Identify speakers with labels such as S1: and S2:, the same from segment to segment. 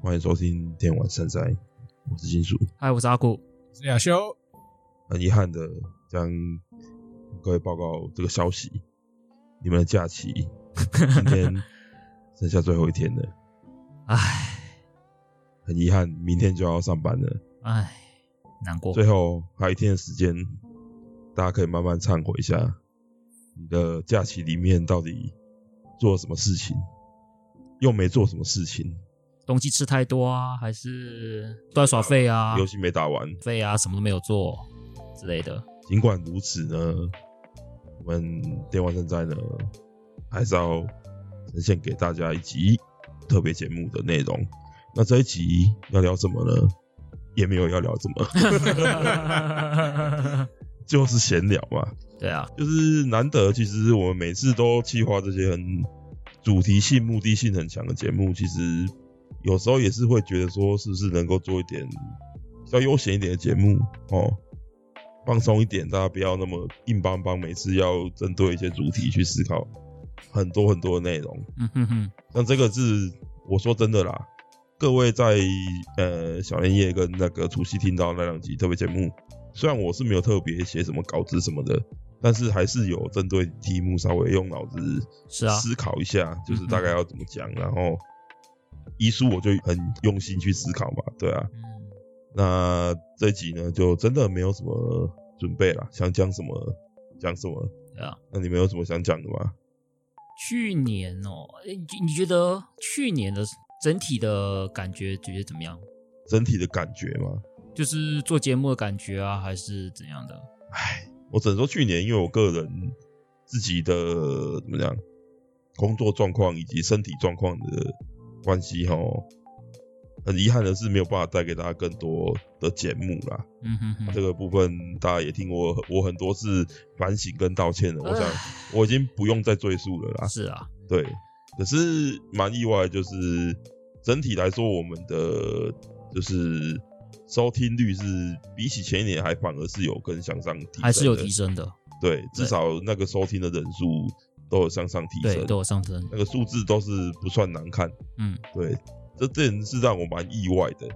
S1: 欢迎收听电玩善哉，我是金属。
S2: 嗨，我是阿古。
S3: 是亚修，
S1: 很遗憾的将各位报告这个消息，你们的假期今天剩下最后一天了，
S2: 唉
S1: 很遗憾，明天就要上班了。
S2: 唉，难过。
S1: 最后还有一天的时间，大家可以慢慢忏悔一下，你的假期里面到底做了什么事情，又没做什么事情，
S2: 冬季吃太多啊，还是都在耍废啊，
S1: 游戏没打完。
S2: 废啊，什么都没有做之类的。
S1: 尽管如此呢，我们电话正在呢，还是要呈现给大家一集特别节目的内容。那这一集要聊什么呢？也没有要聊什么， 就是闲聊嘛。
S2: 对啊，
S1: 就是难得，其实我们每次都计划这些很主题性、目的性很强的节目，其实有时候也是会觉得说，是不是能够做一点比较悠闲一点的节目哦，放松一点，大家不要那么硬邦邦，每次要针对一些主题去思考很多很多的内容。
S2: 嗯哼哼，
S1: 像这个是我说真的啦，各位在呃小年夜跟那个除夕听到那两集特别节目，虽然我是没有特别写什么稿子什么的，但是还是有针对题目稍微用脑子
S2: 是啊，嗯
S1: 思考一下，就是大概要怎么讲，然后遗书我就很用心去思考嘛，对啊，
S2: 嗯
S1: 那这一集呢就真的没有什么准备啦，想讲什么讲什么，
S2: 对啊。
S1: 那你们有什么想讲的吗？
S2: 去年哦，诶你你觉得去年的整体的感觉觉得怎么样？
S1: 整体的感觉吗？
S2: 就是做节目的感觉啊，还是怎样的？
S1: 唉，我只能说去年因为我个人自己的怎么讲，工作状况以及身体状况的关系哈，很遗憾的是没有办法带给大家更多的节目啦。
S2: 嗯哼哼，
S1: 这个部分大家也听我我很多次反省跟道歉了，我想
S2: 唉
S1: 我已经不用再赘述了啦。
S2: 是啊，
S1: 对，可是蛮意外，就是整体来说，我们的就是收听率是比起前一年还反而是有跟向上提升，
S2: 还是有提，升的，
S1: 对，至少那个收听的人数都有向上提
S2: 对，
S1: 升，
S2: 都有上升。
S1: 那个数字都是不算难看，
S2: 嗯，
S1: 对，这点是让我蛮意外的，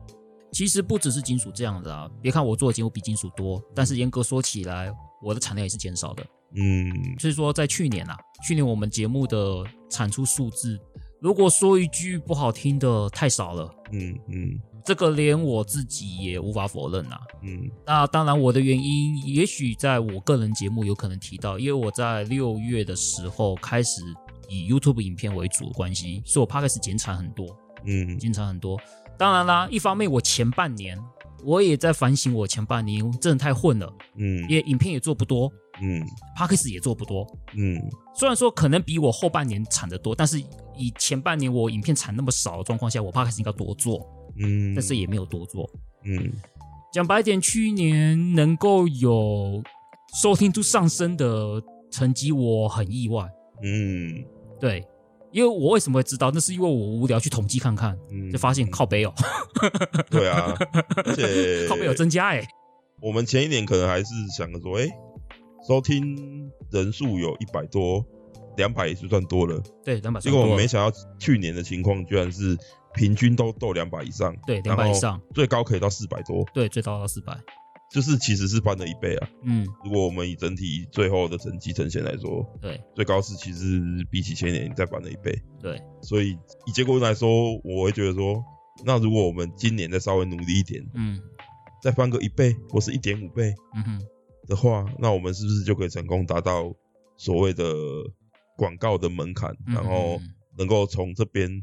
S2: 其实不只是金属这样的啊，别看我做的节目比金属多，但是严格说起来，我的产量也是减少的。
S1: 嗯，
S2: 所以说，在去年啊，去年我们节目的产出数字，如果说一句不好听的，太少了，
S1: 嗯嗯
S2: 这个连我自己也无法否认啊。
S1: 嗯
S2: 那当然，我的原因也许在我个人节目有可能提到，因为我在六月的时候开始以 YouTube 影片为主的关系，所以我 Podcast 减产很多。
S1: 嗯
S2: 经常很多。当然啦，一方面我前半年我也在反省，我前半年真的太混了，
S1: 嗯
S2: 也影片也做不多
S1: 嗯
S2: p o d c a s 也做不多。
S1: 嗯
S2: 虽然说可能比我后半年产的多，但是以前半年我影片产那么少的状况下，我 p o d c a s 应该多做，
S1: 嗯，
S2: 但是也没有多做。
S1: 嗯
S2: 讲白一点，去年能够有收听度上升的成绩，我很意外。
S1: 嗯
S2: 对，因为我为什么会知道？那是因为我无聊去统计看看，
S1: 嗯，
S2: 就发现靠北哦，
S1: 对啊，而且
S2: 靠北有增加哎、
S1: 我们前一年可能还是想着说，哎、收听人数有一百多，两百也是算多了。
S2: 对，两百。
S1: 结果我们没想到去年的情况居然是平均都都两百以上，
S2: 对，
S1: 然
S2: 两
S1: 后
S2: 百以上，
S1: 最高可以到四百多，
S2: 对，最高到四百。
S1: 就是其实是翻了一倍啊。
S2: 嗯，
S1: 如果我们以整体最后的成绩呈现来说，
S2: 对
S1: 最高是其实比起前年再翻了一倍。
S2: 对，
S1: 所以以结果论来说，我会觉得说，那如果我们今年再稍微努力一点，
S2: 嗯
S1: 再翻个一倍或是一点五倍，
S2: 嗯哼，
S1: 的话，那我们是不是就可以成功达到所谓的广告的门槛，
S2: 嗯
S1: 然后能够从这边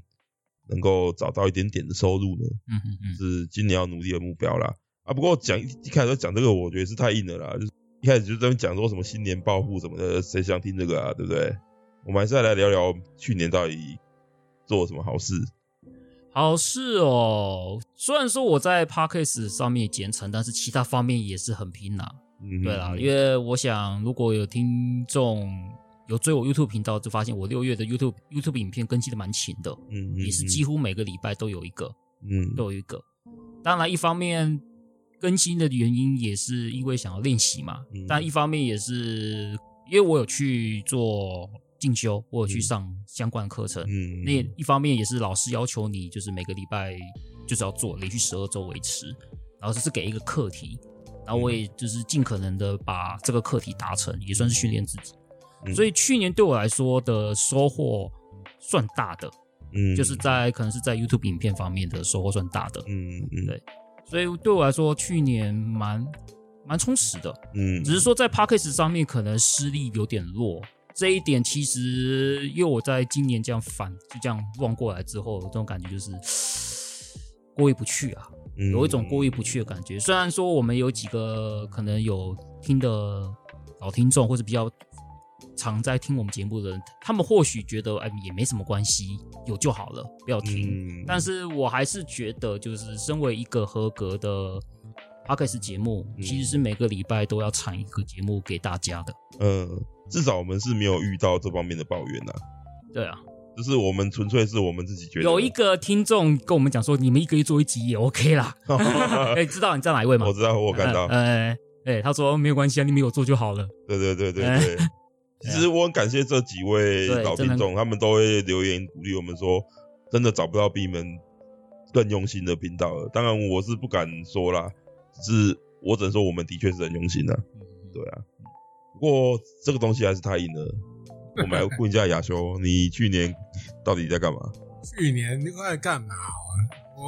S1: 能够找到一点点的收入呢？
S2: 嗯哼嗯
S1: 是今年要努力的目标啦。啊，不过讲一一开始讲这个，我觉得是太硬了啦，就是一开始就在那边讲说什么新年暴富什么的，谁想听这个啊？对不对？我们还是来聊聊去年到底做了什么好事。
S2: 好是哦。虽然说我在 p a c k a g e 上面减成，但是其他方面也是很拼呐、
S1: 嗯，
S2: 对啦，因为我想，如果有听众有追我 YouTube 频道，就发现我六月的 YouTube YouTube 影片更新的蛮勤的，
S1: 嗯
S2: 也是几乎每个礼拜都有一个。
S1: 嗯
S2: 都有一个。当然，一方面更新的原因也是因为想要练习嘛，
S1: 嗯
S2: 但一方面也是因为我有去做进修，我有去
S1: 嗯
S2: 上相关课程。
S1: 嗯
S2: 那一方面也是老师要求你，就是每个礼拜就是要做，连续十二周维持，然后这是给一个课题，然后
S1: 嗯
S2: 我也就是尽可能的把这个课题达成，也算是训练自己。
S1: 嗯
S2: 所以去年对我来说的收获算大的，
S1: 嗯，
S2: 就是在可能是在 YouTube 影片方面的收获算大的，
S1: 嗯嗯
S2: 对所以对我来说去年蛮蛮充实的。
S1: 嗯，
S2: 只是说在 p a c k a g e 上面可能施力有点弱，这一点其实因为我在今年这样反就这样望过来之后，这种感觉就是 嘶过意不去啊，
S1: 嗯
S2: 有一种过意不去的感觉。虽然说我们有几个可能有听的老听众或者比较常在听我们节目的人，他们或许觉得哎也没什么关系，有就好了，不要听。
S1: 嗯，
S2: 但是我还是觉得，就是身为一个合格的 podcast 节目，
S1: 嗯
S2: 其实是每个礼拜都要产一个节目给大家的。
S1: 呃，至少我们是没有遇到这方面的抱怨呐、
S2: 对啊，
S1: 就是我们纯粹是我们自己觉得
S2: 有一个听众跟我们讲说，你们一个月做一集也 OK 啦。哎、知道你知道哪一位吗
S1: 我？知道，我有看到，
S2: 呃哎、哎他说没有关系啊，你们有做就好了。
S1: 对对对对
S2: 哎
S1: 对。其实我很感谢这几位
S2: 对
S1: 老
S2: 真
S1: 听
S2: 的
S1: 众，他们都会留言鼓励我们说，真的找不到比你们更用心的频道了。当然，我是不敢说啦，只是我只能说我们的确是很用心的。
S2: 嗯
S1: 对啊，不过这个东西还是太硬了。我们来问一下亚修，你去年到底在干嘛？
S3: 去年另外干嘛哦？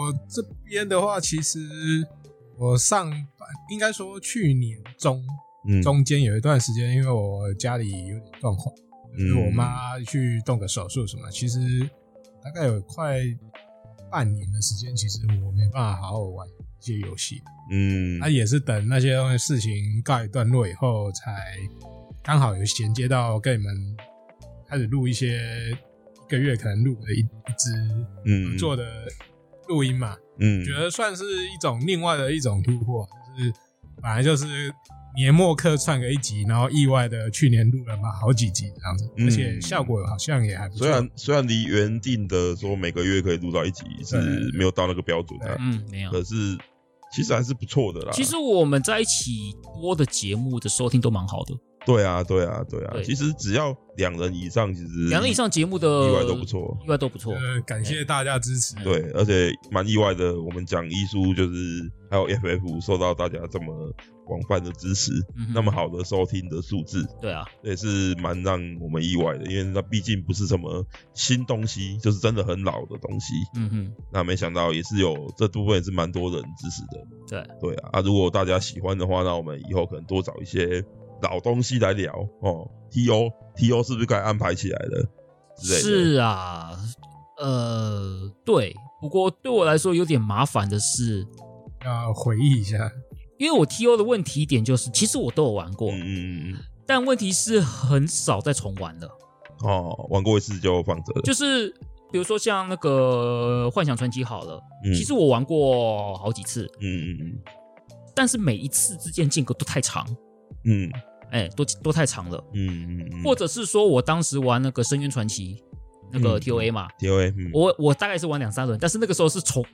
S3: 我这边的话，其实我上半应该说去年中
S1: 嗯，
S3: 中间有一段时间，因为我家里有点状况，
S1: 嗯
S3: 就是我妈去动个手术什么，其实大概有快半年的时间，其实我没办法好好玩一些游戏。
S1: 嗯，
S3: 那、也是等那些东西事情告一段落以后，才刚好有衔接到跟你们开始录一些一个月可能录了一一支
S1: 嗯
S3: 合作的录音嘛，
S1: 嗯，
S3: 觉得算是一种另外的一种突破，就是本来就是年末客串个一集，然后意外的去年录了嘛好几集这样子，
S1: 嗯
S3: 而且效果好像也还不错。
S1: 虽然虽然离原定的说每个月可以录到一集是没有到那个标准啊的、
S2: 嗯，没有。
S1: 可是其实还是不错的啦。
S2: 其实我们在一起播的节目的收听都蛮好的，
S1: 对啊，对啊，对啊，
S2: 对
S1: 其实只要两人以上，其实
S2: 两个以上节目的
S1: 嗯意外都不，错。嗯
S2: 意外都不错。
S3: 呃，感谢大家支
S2: 呃
S3: 持。
S2: 嗯
S1: 对，而且蛮意外的，我们讲艺术就是还有 FF 受到大家这么广泛的支持，
S2: 嗯哼
S1: 那么好的收听的数字，
S2: 对啊，
S1: 也是蛮让我们意外的，因为那毕竟不是什么新东西，就是真的很老的东西。
S2: 嗯哼，
S1: 那没想到也是有这部分也是蛮多人支持的。
S2: 对
S1: 对啊，啊，如果大家喜欢的话，那我们以后可能多找一些老东西来聊哦。T O T O 是不是该安排起来了？之类的
S2: 是啊，呃，对。不过对我来说有点麻烦的是，
S3: 要回忆 一下，
S2: 因为我 TO 的问题点就是，其实我都有玩过，
S1: 嗯嗯嗯嗯，
S2: 但问题是很少再重玩了。
S1: 哦，玩过一次就放着了。
S2: 就是比如说像那个《幻想传奇》好了，
S1: 嗯
S2: 其实我玩过好几次，
S1: 嗯嗯
S2: 但是每一次之间间隔都太长，
S1: 嗯
S2: 哎，都都太长了。
S1: 嗯嗯嗯嗯，
S2: 或者是说我当时玩那个《深渊传奇》那个
S1: 嗯
S2: TOA 嘛，
S1: T O A，嗯
S2: 我我大概是玩两三轮，但是那个时候是重，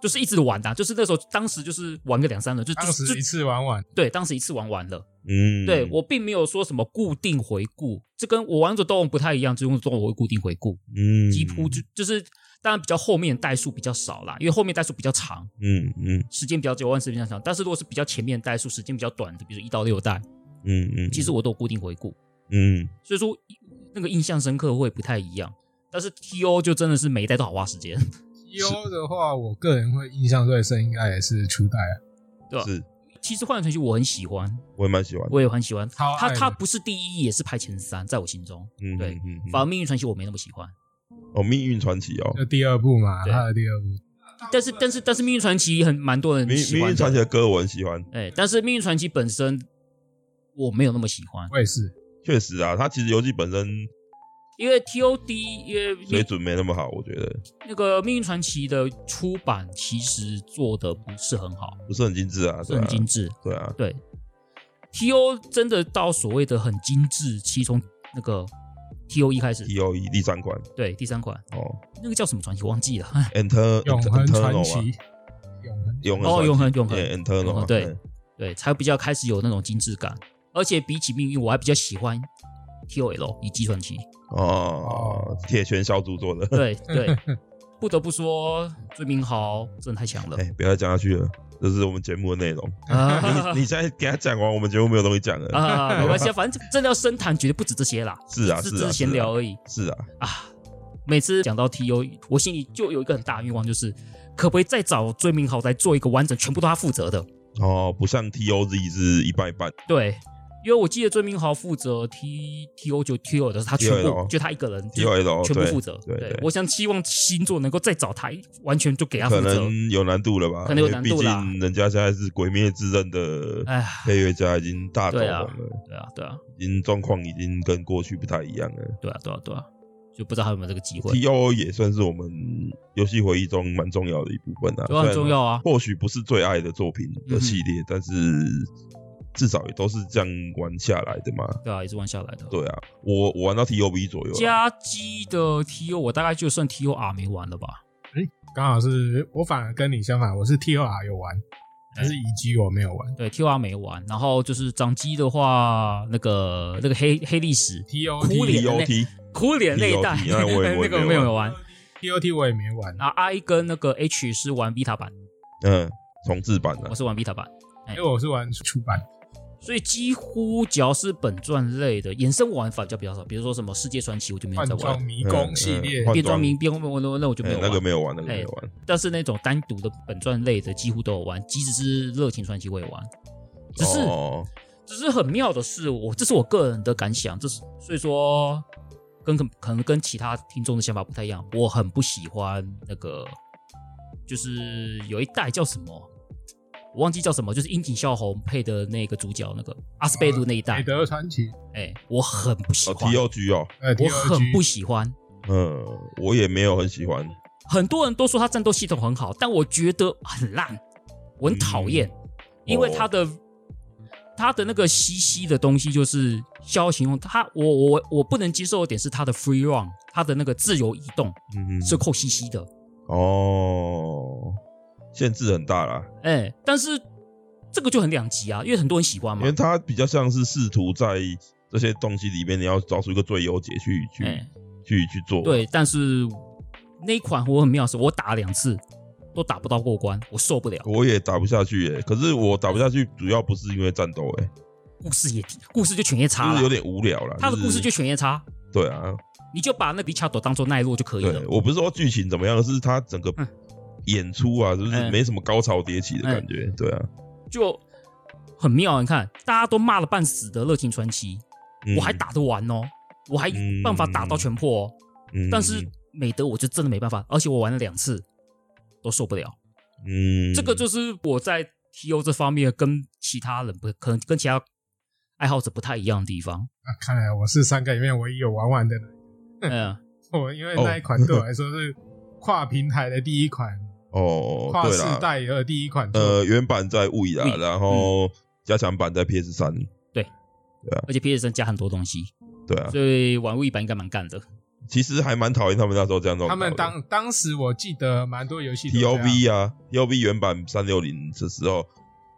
S2: 就是一直玩的啊、就是那时候当时就是玩个两三轮，就就
S3: 当时
S2: 就
S3: 一次玩完，
S2: 对，当时一次玩完了。
S1: 嗯，
S2: 对我并没有说什么固定回顾，这跟我王者斗龙不太一样，就用斗龙我会固定回顾，
S1: 嗯
S2: 几乎就就是当然比较后面代数比较少啦，因为后面代数比较长，
S1: 嗯嗯
S2: 时间比较久，玩时间比较长。但是如果是比较前面代数时间比较短的，比如一到六代，
S1: 嗯嗯，
S2: 其实我都有固定回顾，
S1: 嗯
S2: 所以说那个印象深刻会不太一样。但是 T O 就真的是每一代都好花时间，
S3: U 的话，我个人会印象最深，应该也是初代啊。
S2: 对吧？
S1: 是，
S2: 其实《幻想传奇》我很喜欢，
S1: 我也蛮喜欢的。
S2: 我也很喜欢。
S3: 超
S2: 它
S3: 爱
S2: 它
S3: 的
S2: 不是第一，也是排前三，在我心中。
S1: 嗯
S2: 对
S1: 嗯嗯嗯
S2: 反而《命运传奇》我没那么喜欢。
S1: 哦，命运传奇哦，
S3: 就第二部嘛，
S2: 对
S3: 他的第二部。
S2: 但是但是但是《命运传奇》很蛮多人
S1: 命
S2: 喜
S1: 命
S2: 欢
S1: 运传
S2: 的，
S1: 奇的歌我很喜欢，
S2: 哎、但是《命运传奇》本身我没有那么喜欢，
S3: 我也是，
S1: 确实啊，它其实游戏本身
S2: 因为 TOD 因为
S1: 水准没那么好，我觉得
S2: 那个《命运传奇》的出版其实做的不是很好，
S1: 不是很精致啊，
S2: 不是
S1: 对
S2: 很
S1: 啊，
S2: 精致。
S1: 对啊，
S2: 对，TO 真的到所谓的很精致，其实从那个 TO 一开始，
S1: T O E 第三款
S2: 对第三款
S1: 哦
S2: 那个叫什么传奇忘记了，
S1: ，Enter
S3: 永恒传
S1: Eternal 嘛
S3: 奇，永恒
S1: 永恒
S2: 哦，永
S1: 恒
S2: 恒永恒，
S1: Enter
S2: 永
S1: 嘛，
S2: 恒对对，才比较开始有那种精致感。而且比起命运，我还比较喜欢 TOL 以及传奇。
S1: 哦，铁拳小组做的，
S2: 对对，不得不说，追明豪真的太强了
S1: 哎、。不要再讲下去了，这是我们节目的内容。
S2: 啊
S1: 你你再给他讲完，我们节目没有东西讲 了。
S2: 啊，没关系啊，反正真的要深谈，绝对不止这些啦，
S1: 是啊，
S2: 只
S1: 是
S2: 只
S1: 啊，
S2: 是闲聊而已
S1: 是啊，
S2: 啊。每次讲到 TO，我心里就有一个很大的愿望，就是可不可以再找追明豪来做一个完整，全部都他负责的。
S1: 哦，不像 TOZ 是一半一半，
S2: 对，因为我记得追明豪负责 T TO 就 TO 的时候，他全
S1: TOL
S2: 部就他一个人
S1: TOL
S2: 全部
S1: 对
S2: 负责。
S1: 对对
S2: 我想期望星座能够再找他，完全就给他负
S1: 可
S2: 责。
S1: 能有难度了吧？
S2: 可能有难度
S1: 因为
S2: 啦
S1: 毕竟人家现在是《鬼灭之刃》的
S2: 哎，
S1: 配乐家，已经大走红
S2: 对啊
S1: 了，
S2: 对啊，对啊，
S1: 已经状况已经跟过去不太一样了。
S2: 对啊，对啊，对啊，就不知道他有没有这个机会，
S1: TO 也算是我们游戏回忆中蛮重要的一部分啊，
S2: 都很重要啊。嗯
S1: 或许不是最爱的作品的系列，但是至少也都是这样玩下来的嘛。
S2: 对啊，也是玩下来的。
S1: 对啊，我我玩到 T O B 左右啊，
S2: 加基的 TO，我大概就剩 TOR 没玩了吧？
S3: 刚好是我反而跟你相反，我是 T O R 有玩，但
S1: 哎
S3: 是乙基我没有玩
S2: 对，TOR 没玩。然后就是掌机的话，那个那个黑黑历史
S3: ，T O
S2: 哭脸
S3: T
S1: T O
S2: 的那
S1: T
S2: 苦脸那一代
S1: TOT，那我啊也
S2: 那
S1: 我也没
S2: 个
S1: 有
S2: 没有
S1: 玩
S2: 玩。
S3: T O T 我也没玩，
S2: 啊，I 跟那个 H 是玩 Vita 版，
S1: 嗯重置版的、
S2: 我是玩 Vita 版，
S3: 因为我是玩出版，
S2: 所以几乎只要是本传类的衍生玩法就比较少，比如说什么世界传奇，我就没有
S3: 换
S2: 在
S3: 装
S2: 玩。
S3: 迷宫系列
S1: 嗯嗯，换
S2: 变装
S1: 装
S2: 迷变我那那我就没
S1: 哎
S2: 有
S1: 那
S2: 玩
S1: 个，没有玩，那个
S2: 哎
S1: 没有玩。
S2: 但是那种单独的本传类的几乎都有玩，即使是热情传奇我也玩，只是
S1: 哦，
S2: 只是很妙的是，我这是我个人的感想，这是所以说跟可可能跟其他听众的想法不太一样。我很不喜欢那个，就是有一代叫什么，我忘记叫什么，就是樱井孝宏配的那个主角，那个阿斯贝路那一代
S3: 美，德传奇，
S2: 哎、我很不喜
S1: 哦
S2: 欢，
S1: T O G 哦，
S3: 呃，T
S2: 我
S3: O
S2: 很
S3: G
S2: 不喜欢。
S1: 嗯，我也没有很喜欢。
S2: 很多人都说他战斗系统很好，但我觉得很烂，我很讨厌，
S1: 嗯
S2: 因为他
S1: 哦
S2: 的、他的那个西西的东西就是消形用他，我我我不能接受的点是他的 free run，他的那个自由移动
S1: 嗯哼，
S2: 是扣西西的，
S1: 哦，限制很大啦，
S2: 哎、但是这个就很两极啊，因为很多人喜欢
S1: 因
S2: 嘛
S1: 为，它比较像是试图在这些东西里面，你要找出一个最优解去去、
S2: 哎、
S1: 去去做。，
S2: 对，但是那一款我很妙的是，我打了两次都打不到过关，我受不了，
S1: 我也打不下去耶、可是我打不下去主要不是因为战斗哎、
S2: 故事也故事就犬夜叉
S1: 就是有
S2: 了，
S1: 点无聊啦。
S2: 他的故事
S1: 是
S2: 就犬夜叉。
S1: 对啊，
S2: 你就把那比恰朵当做奈落就可以了
S1: 对。我不是说剧情怎么样，是它整个
S2: 嗯哎
S1: 演出啊，就是
S2: 嗯
S1: 没什么高潮迭起的感觉。对啊，
S2: 就很妙。你看，大家都骂了半死的《热情传奇》
S1: 嗯
S2: 我还，打得完哦，我还
S1: 嗯
S2: 办法打到全破哦。
S1: 嗯
S2: 但是美德我就真的没办法，而且我玩了两次都受不了。
S1: 嗯，
S2: 这个就是我在 TO 这方面跟其他人不可能跟其他爱好者不太一样的地方。
S3: 啊，看来我是三个里面唯一有玩完的人，
S2: 嗯，
S3: 我因为
S1: 哦
S3: 那一款对我来说是跨平台的第一款，
S1: 哦，
S3: 跨
S1: 对
S3: 世
S1: 啦，
S3: 代的第一款作品，
S1: 呃，原版在 w i 啦，
S2: Wii，
S1: 然后加强版在 PS 三。
S2: 而且 PS 三加很多东西，
S1: 对啊，
S2: 所以玩 V 版应该蛮干的。
S1: 其实还蛮讨厌他们那时候这样弄。
S3: 他们当当时我记得蛮多游戏都
S1: T
S3: 这
S1: O
S3: 样
S1: V 啊，T O V 原版三六零的时候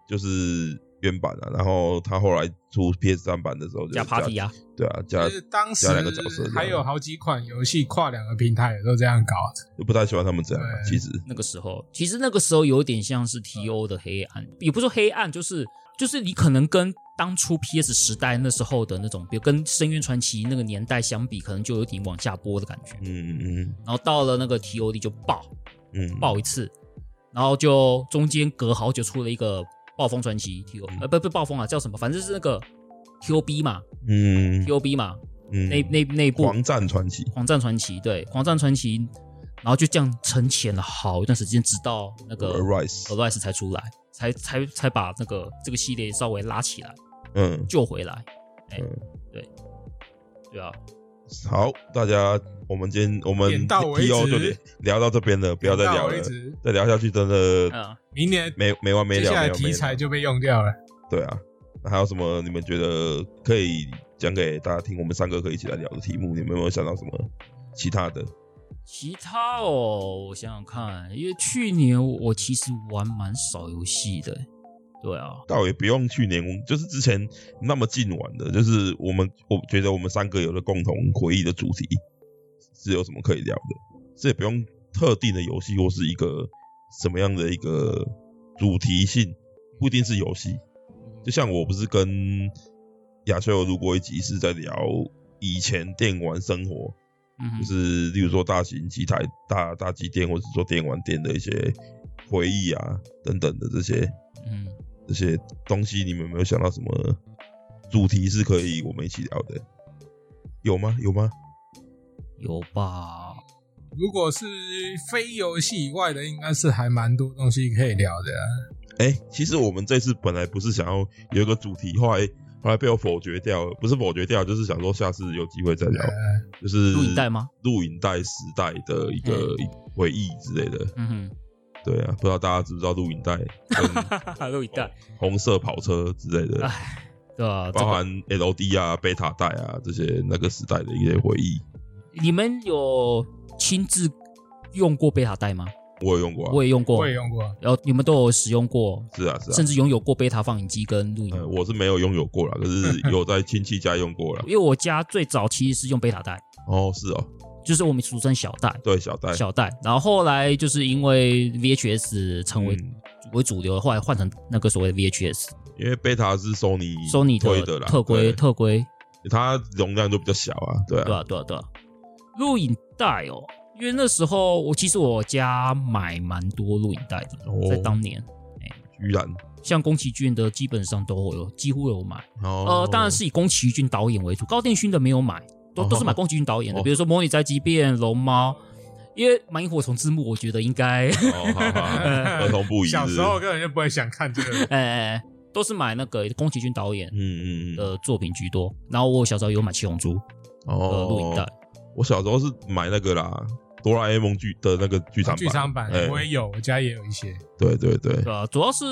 S1: 就是原版啊，然后他后来出 PS 三版的时候就
S2: 加 party 啊，
S1: 对啊，加
S3: 就是当时
S1: 加两个角色这样
S3: 还有好几款游戏跨两个平台也都这样搞的，
S1: 就不太喜欢他们这样啊、
S3: 对
S1: 其实
S2: 那个时候，其实那个时候有点像是 TO 的黑暗，也不是说黑暗，就是就是你可能跟当初 PS 时代那时候的那种，比如跟《深渊传奇》那个年代相比，可能就有点往下播的感觉。
S1: 嗯嗯
S2: 然后到了那个 TOD 就爆
S1: 嗯嗯，
S2: 爆一次，然后就中间隔好久出了一个《暴风传奇》TO，
S1: 嗯
S2: 呃不不暴风啊，叫什么？反正是那个 TOB 嘛
S1: 嗯
S2: ，TOB 嘛，
S1: 嗯
S2: 那那那一部
S1: 狂战传奇，
S2: 狂战传奇》对，《狂战传奇》，然后就这样沉潜了好一段时间，直到那个
S1: Arise，
S2: Arise 才出来，才才才把那个这个系列稍微拉起来，
S1: 嗯，
S2: 救回来。哎、
S1: 嗯
S2: 对，对啊，
S1: 好，大家，我们今天我们
S3: 点到为止
S1: T O 就聊聊到这边了，不要再聊
S3: 到为
S1: 了，
S3: 止
S1: 再聊下去真的
S2: 嗯，
S3: 明年
S1: 没没完没了，
S3: 接下
S1: 没
S3: 来
S1: 完没
S3: 题
S1: 了
S3: 材。就被用掉了。
S1: 对啊，那还有什么你们觉得可以讲给大家听？我们三个可以一起来聊的题目，你们有没有想到什么其他的？
S2: 其他哦，我想想看，因为去年我我其实玩蛮少游戏的、对啊，
S1: 倒也不用去年，就是之前那么近玩的，就是我们我觉得我们三个有的共同回忆的主题是有什么可以聊的，这也不用特定的游戏或是一个什么样的一个主题性，不一定是游戏。就像我不是跟亚修有录过一集是在聊以前电玩生活，
S2: 嗯哼，
S1: 就是例如说大型机台、大大机店，或者说电玩店的一些回忆啊等等的这些
S2: 嗯，
S1: 这些东西，你们有没有想到什么主题是可以我们一起聊的？有吗？有吗？
S2: 有吧？
S3: 如果是非游戏以外的，应该是还蛮多东西可以聊的啊、
S1: 哎、其实我们这次本来不是想要有一个主题，后来后来被我否决掉了，不是否决掉，就是想说下次有机会再聊，
S3: 呃，
S1: 就是
S2: 录影带吗？
S1: 录影带时代的一个回忆之类的。
S2: 嗯
S1: 对啊，不知道大家知不知道录影带跟
S2: 哼，录影带，
S1: 红色跑车之类 的，
S2: 哎，对啊，这
S1: 包
S2: 个
S1: 含 LD 啊、贝塔带啊这些那个时代的一些回忆，
S2: 你们有亲自用过贝塔带吗？
S1: 我有用过、啊。
S2: 我也用过
S3: 我也，用过，
S2: 然后你们都有使用过，
S1: 是啊，是啊
S2: 甚。至拥有过贝塔放映机跟录
S1: 呃，
S2: 影，
S1: 我是没有拥有过啦，可
S2: 嗯
S1: 是有在亲戚家用过啦。
S2: 因为我家最早其实是用贝塔带，
S1: 哦，是哦，
S2: 就是我们俗称小带。
S1: 对，小戴，
S2: 小带，然后后来就是因为 VHS 成为、
S1: 嗯
S2: 为主流，后来换成那个所谓的 VHS，
S1: 因为贝塔是 Sony
S2: Sony
S1: 推
S2: 的
S1: 啦，
S2: 特规
S1: 对
S2: 特规，
S1: 它容量就比较小啊，对
S2: 对
S1: 啊，
S2: 啊对啊对啊。录影带哦，因为那时候我其实我家买蛮多录影带的，
S1: 哦
S2: 在当年，
S1: 居然，
S2: 像宫崎骏的基本上都有，几乎有买。
S1: 哦，
S2: 呃，当然是以宫崎骏导演为主，高电勋的没有买，都都是买宫崎骏导演的，
S1: 哦
S2: 比如说《魔女宅急便》《龙猫》，因为《满影火虫》字幕，我觉得应 该，哎
S1: 哦，好好 好，儿童不宜，
S3: 小时
S1: 是不
S3: 候
S1: 是，
S3: 根本就不会想看这个。
S2: 哎，都是买那个宫崎骏导演
S1: 嗯嗯嗯，
S2: 的作品居多。然后我小时候有买《七龙珠》的
S1: 哦，
S2: 录影带，
S1: 我小时候是买那个啦，哆啦 A 梦剧的那个剧场版，
S3: 啊剧场版
S1: 哎
S3: 我也有，我家也有一些。
S1: 对对对，
S2: 对啊，主要是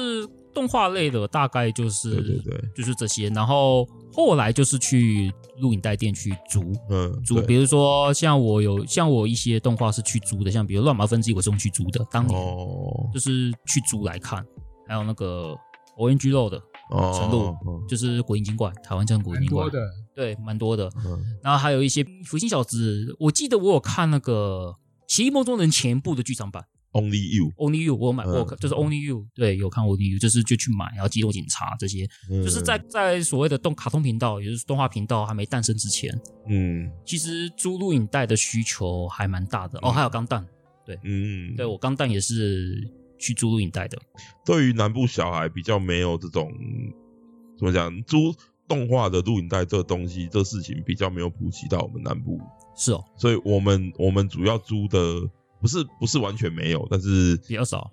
S2: 动画类的，大概就是
S1: 对对对，
S2: 就是这些。然后后来就是去录影带店去租。
S1: 嗯，
S2: 租，
S1: 对
S2: 比如说像我有像我一些动画是去租的，像比如《乱麻分之一》，我是用去租的，当年
S1: 哦
S2: 就是去租来看，还有那个 O N G 肉的，
S1: 哦，
S2: 程度
S1: 哦
S2: 就是国营精怪，台湾叫国营
S3: 蛮
S2: 精怪
S3: 多，的，
S2: 对，蛮多的。
S1: 嗯
S2: 然后还有一些福星小子，我记得我有看那个《奇异梦中人》前部的剧场版
S1: ，Only You，
S2: ，Only You，我有买过，
S1: 嗯
S2: 就是 Only You，对，有看 Only You，就是就去买，然后《机动警察》这些，
S1: 嗯
S2: 就是在在所谓的动卡通频道，也就是动画频道还没诞生之前，
S1: 嗯
S2: 其实租录影带的需求还蛮大的。哦，
S1: 嗯
S2: 还有钢弹，
S1: 嗯，
S2: 对我钢弹也是去租录影带的，
S1: 对于南部小孩比较没有这种怎么讲租动画的录影带这东西这事情比较没有普及到我们南部，
S2: 是哦，
S1: 所以我们我们主要租的不是不是完全没有，但是
S2: 比较少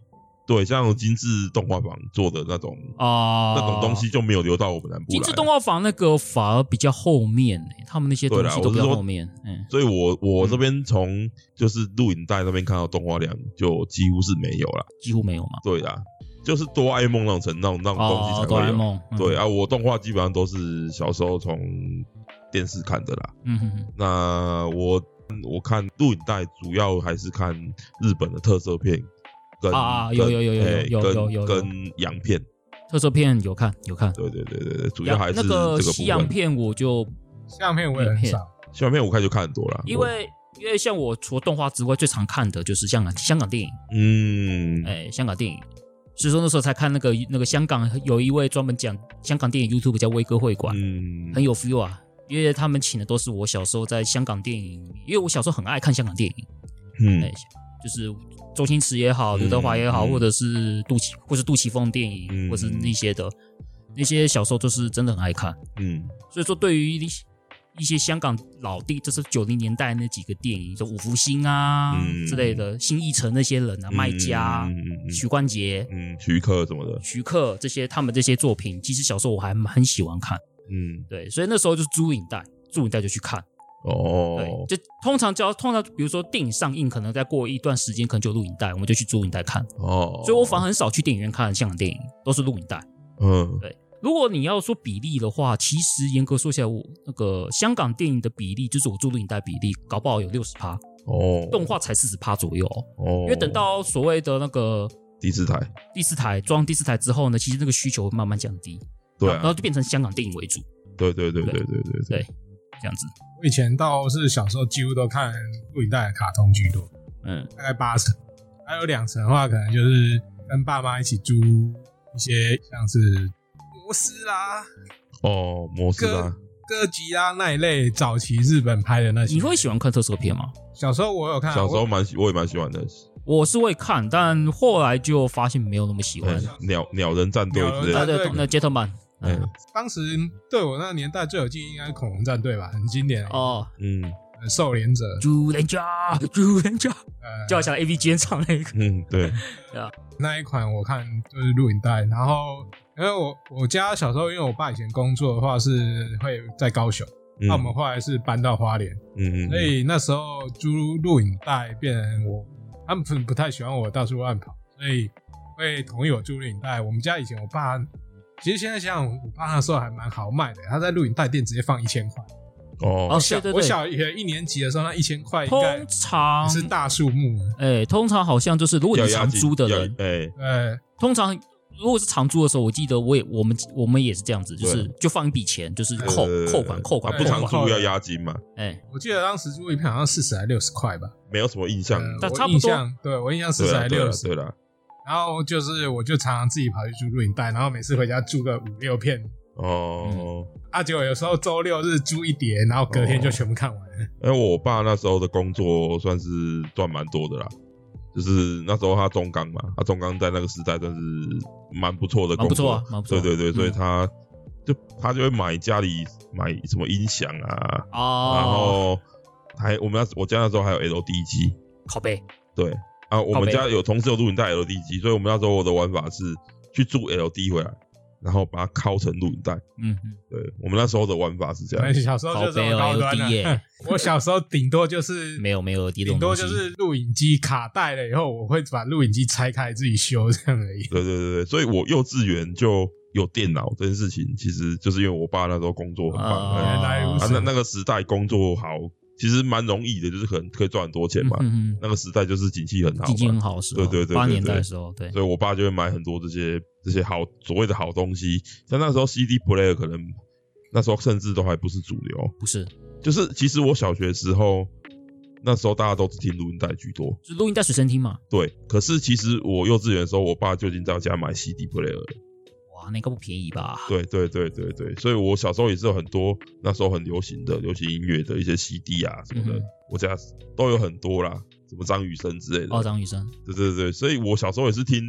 S1: 对像精致动画坊做的那种、
S2: 啊，
S1: 那种东西就没有流到我们南部来。
S2: 精致动画房那个反而比较后面、欸，他们那些东
S1: 对啦
S2: 西都比
S1: 我
S2: 较
S1: 是说
S2: 后面。嗯，
S1: 所以我我这边从就是录影带那边看到动画量就几乎是没有啦。
S2: 几乎没有嘛。
S1: 对啦，就是哆啦 A 梦那种程那种那种东西
S2: 哦
S1: 才，
S2: 哆
S1: 会
S2: 啦 A
S1: 有。
S2: 梦，嗯
S1: 对，啊，我动画基本上都是小时候从电视看的啦。
S2: 嗯哼哼，
S1: 那我我看录影带主要还是看日本的特色片，跟
S2: 啊啊
S1: 跟
S2: 有有有有
S1: 哎
S2: 有有
S1: 跟
S2: 有有有
S1: 跟洋片，
S2: 特色片有看有看，
S1: 对对对对对，主要还是
S2: 那
S1: 这个
S2: 个
S1: 部
S2: 西洋
S1: 分。
S2: 片我就
S3: 相片我也很少，
S1: 西洋片我看就看很多了，
S2: 因
S1: 我
S2: 为。因为像我除了动画之外，最常看的就是香港香港电影，
S1: 嗯，
S2: 哎、香港电影，所以说那时候才看那个那个香港有一位专门讲香港电影 YouTube 叫威哥会馆，
S1: 嗯
S2: 很有 feel 啊，因为他们请的都是我小时候在香港电影，因为我小时候很爱看香港电影，
S1: 嗯
S2: 哎，就是周星驰也好，刘德华也好，
S1: 嗯
S2: 或者是杜琪，或是杜琪峰电影，
S1: 嗯
S2: 或是那些的，那些小时候就是真的很爱看。
S1: 嗯
S2: 所以说，对于一一些香港老弟，就是九零年代那几个电影，就五福星啊、
S1: 嗯
S2: 之类的，新艺城那些人啊，
S1: 嗯
S2: 卖家啊、
S1: 嗯嗯嗯
S2: 许冠杰、
S1: 嗯，徐克什么的，
S2: 徐克这些，他们这些作品，其实小时候我还蛮喜欢看。
S1: 嗯，
S2: 对，所以那时候就是租影带，租影带就去看。
S1: 哦，
S2: 对，就通常只要通常，比如说电影上映，可能再过一段时间，可能就录影带，我们就去租影带看。
S1: 哦，
S2: 所以我反而很少去电影院看香港电影，都是录影带。
S1: 嗯
S2: 如果你要说比例的话，其实严格说起来，我那个香港电影的比例就是我做录影带比例，搞不好有六十趴，
S1: 哦，
S2: 动画才四十趴左右哦。
S1: 哦，
S2: 因为等到所谓的那个
S1: 第四台，
S2: 第四台装第四台之后呢，其实那个需求会慢慢降低，
S1: 对
S2: 然后
S1: 啊，
S2: 就变成香港电影为主
S1: 对对对对对对对
S2: 对这样子。
S3: 我以前倒是小时候几乎都看录影带的卡通居多，
S1: 啊
S2: 嗯
S3: 大概八成，还有两成的话，可能就是跟爸妈一起租一些像是摩斯啦、
S1: 哦，模式啊，
S3: 哥吉拉那一类早期日本拍的那些。
S2: 你会喜欢看特色片吗？
S3: 小时候我有看，
S1: 小时候
S3: 我
S1: 蛮喜，我也蛮喜欢的，
S2: 我是会看，但后来就发现没有那么喜欢。
S1: 嗯鸟鸟人战队之类的，
S2: 啊对
S3: 鸟人战队
S2: 对，那杰特曼，
S1: 哎
S2: 嗯，
S3: 当时对我那个年代最有记忆应该是恐龙战队吧，很经典哦，
S2: 哦，
S1: 嗯
S3: 呃兽连者，
S2: 主人家，主人家，
S3: 呃，
S2: 就好像 A V 间唱那个，
S1: 嗯，对，
S3: 那一款我看就是录影带，然后因为我我家小时候，因为我爸以前工作的话是会在高雄，
S1: 嗯
S3: 那、我们后来是搬到花莲，
S1: 嗯嗯，
S3: 所以那时候租录影带变成我他们不不太喜欢我到处乱跑，所以会同意我租录影带。我们家以前我爸，其实现在想想，我爸那时候还蛮豪迈的，他在录影带店直接放一千块。
S1: 哦
S2: 哦，
S3: 小
S2: 对对
S3: 我
S2: 对，
S3: 小学一年级的时候，那一千块应该
S2: 通常，
S3: 是大数目了。
S2: 哎，通常好像就是如果
S1: 要
S2: 你
S1: 押
S2: 常
S1: 金
S2: 租的
S1: 要
S2: 人，
S1: 哎，
S3: 对，
S2: 通常如果是常租的时候，我记得我也我们我们也是这样子，就是就放一笔钱，就是扣
S1: 呃
S2: 扣款扣款
S1: 啊
S2: 扣
S1: 不常
S2: 款，
S1: 租要押金嘛，
S2: 哎，
S3: 我记得当时租一片好像四十还六十块吧。
S1: 没有什么印象，
S3: 呃
S2: 但
S3: 我
S2: 差不
S3: 印
S2: 多
S3: 象对我印象四
S1: 对
S3: 十
S1: 啦
S3: 还
S1: 对啦
S3: 六十，
S1: 对啊啦，
S3: 然后就是我就常常自己跑去租录影带，然后每次回家租个五六片，
S2: 嗯
S1: 哦。
S3: 啊，结果有时候周六日租一碟，然后隔天就全部看完了。
S1: 因为我爸那时候的工作算是赚蛮多的啦，就是那时候他中钢嘛，他中钢在那个时代算是蛮不错的工
S2: 蛮不错
S1: 作，
S2: 啊，蛮不错啊，
S1: 对对对，所以
S2: 嗯
S1: 他就他就会买家里买什么音响啊，然后
S2: 哦，
S1: 还我们那我家那时候还有 LD 机，
S2: 靠背，
S1: 对啊，我
S2: 靠
S1: 们
S2: 北
S1: 家有同事有录影带 LD 机，所以我们那时候我的玩法是去租 LD 回来，然后把它拷成录影带，
S2: 嗯嗯，
S1: 对我们那时候的玩法是这
S3: 哎
S1: 样，
S3: 小时候就这么高端
S2: 靠
S3: 了、
S2: 北哦有碟
S3: 我小时候顶多就是
S2: 没有没有，
S3: 顶多就是录影机卡带了以后，我会把录影机拆开自己修这样而已。
S1: 对对对对，所以我幼稚园就有电脑这件事情，其实就是因为我爸那时候工作很
S2: 哦
S1: 忙，
S3: 原
S1: 哎
S3: 来如
S1: 啊
S3: 此
S1: 那那个时代工作好，其实蛮容易的，就是可能可以赚很多钱嘛。
S2: 嗯
S1: 那个时代就是景气很好
S2: 经济
S1: 嘛
S2: 很，好的时候，
S1: 对对对对
S2: 八
S1: 对
S2: 年代的时候，对，
S1: 所以我爸就会买很多这些这些好所谓的好东西。像那时候 CD player 可能那时候甚至都还不是主流，
S2: 不是，
S1: 就是其实我小学时候那时候大家都是听录音带居多，
S2: 就录音带随身听嘛，
S1: 对。可是其实我幼稚园的时候，我爸就已经在我家买 CD player 了。
S2: 哇，那应该不便宜吧？
S1: 对对对对对，所以我小时候也是有很多那时候很流行的流行音乐的一些 CD 啊什么的，
S2: 嗯哼
S1: 我家都有很多啦，什么张雨生之类的。
S2: 哦，张雨生，
S1: 对对对，所以我小时候也是听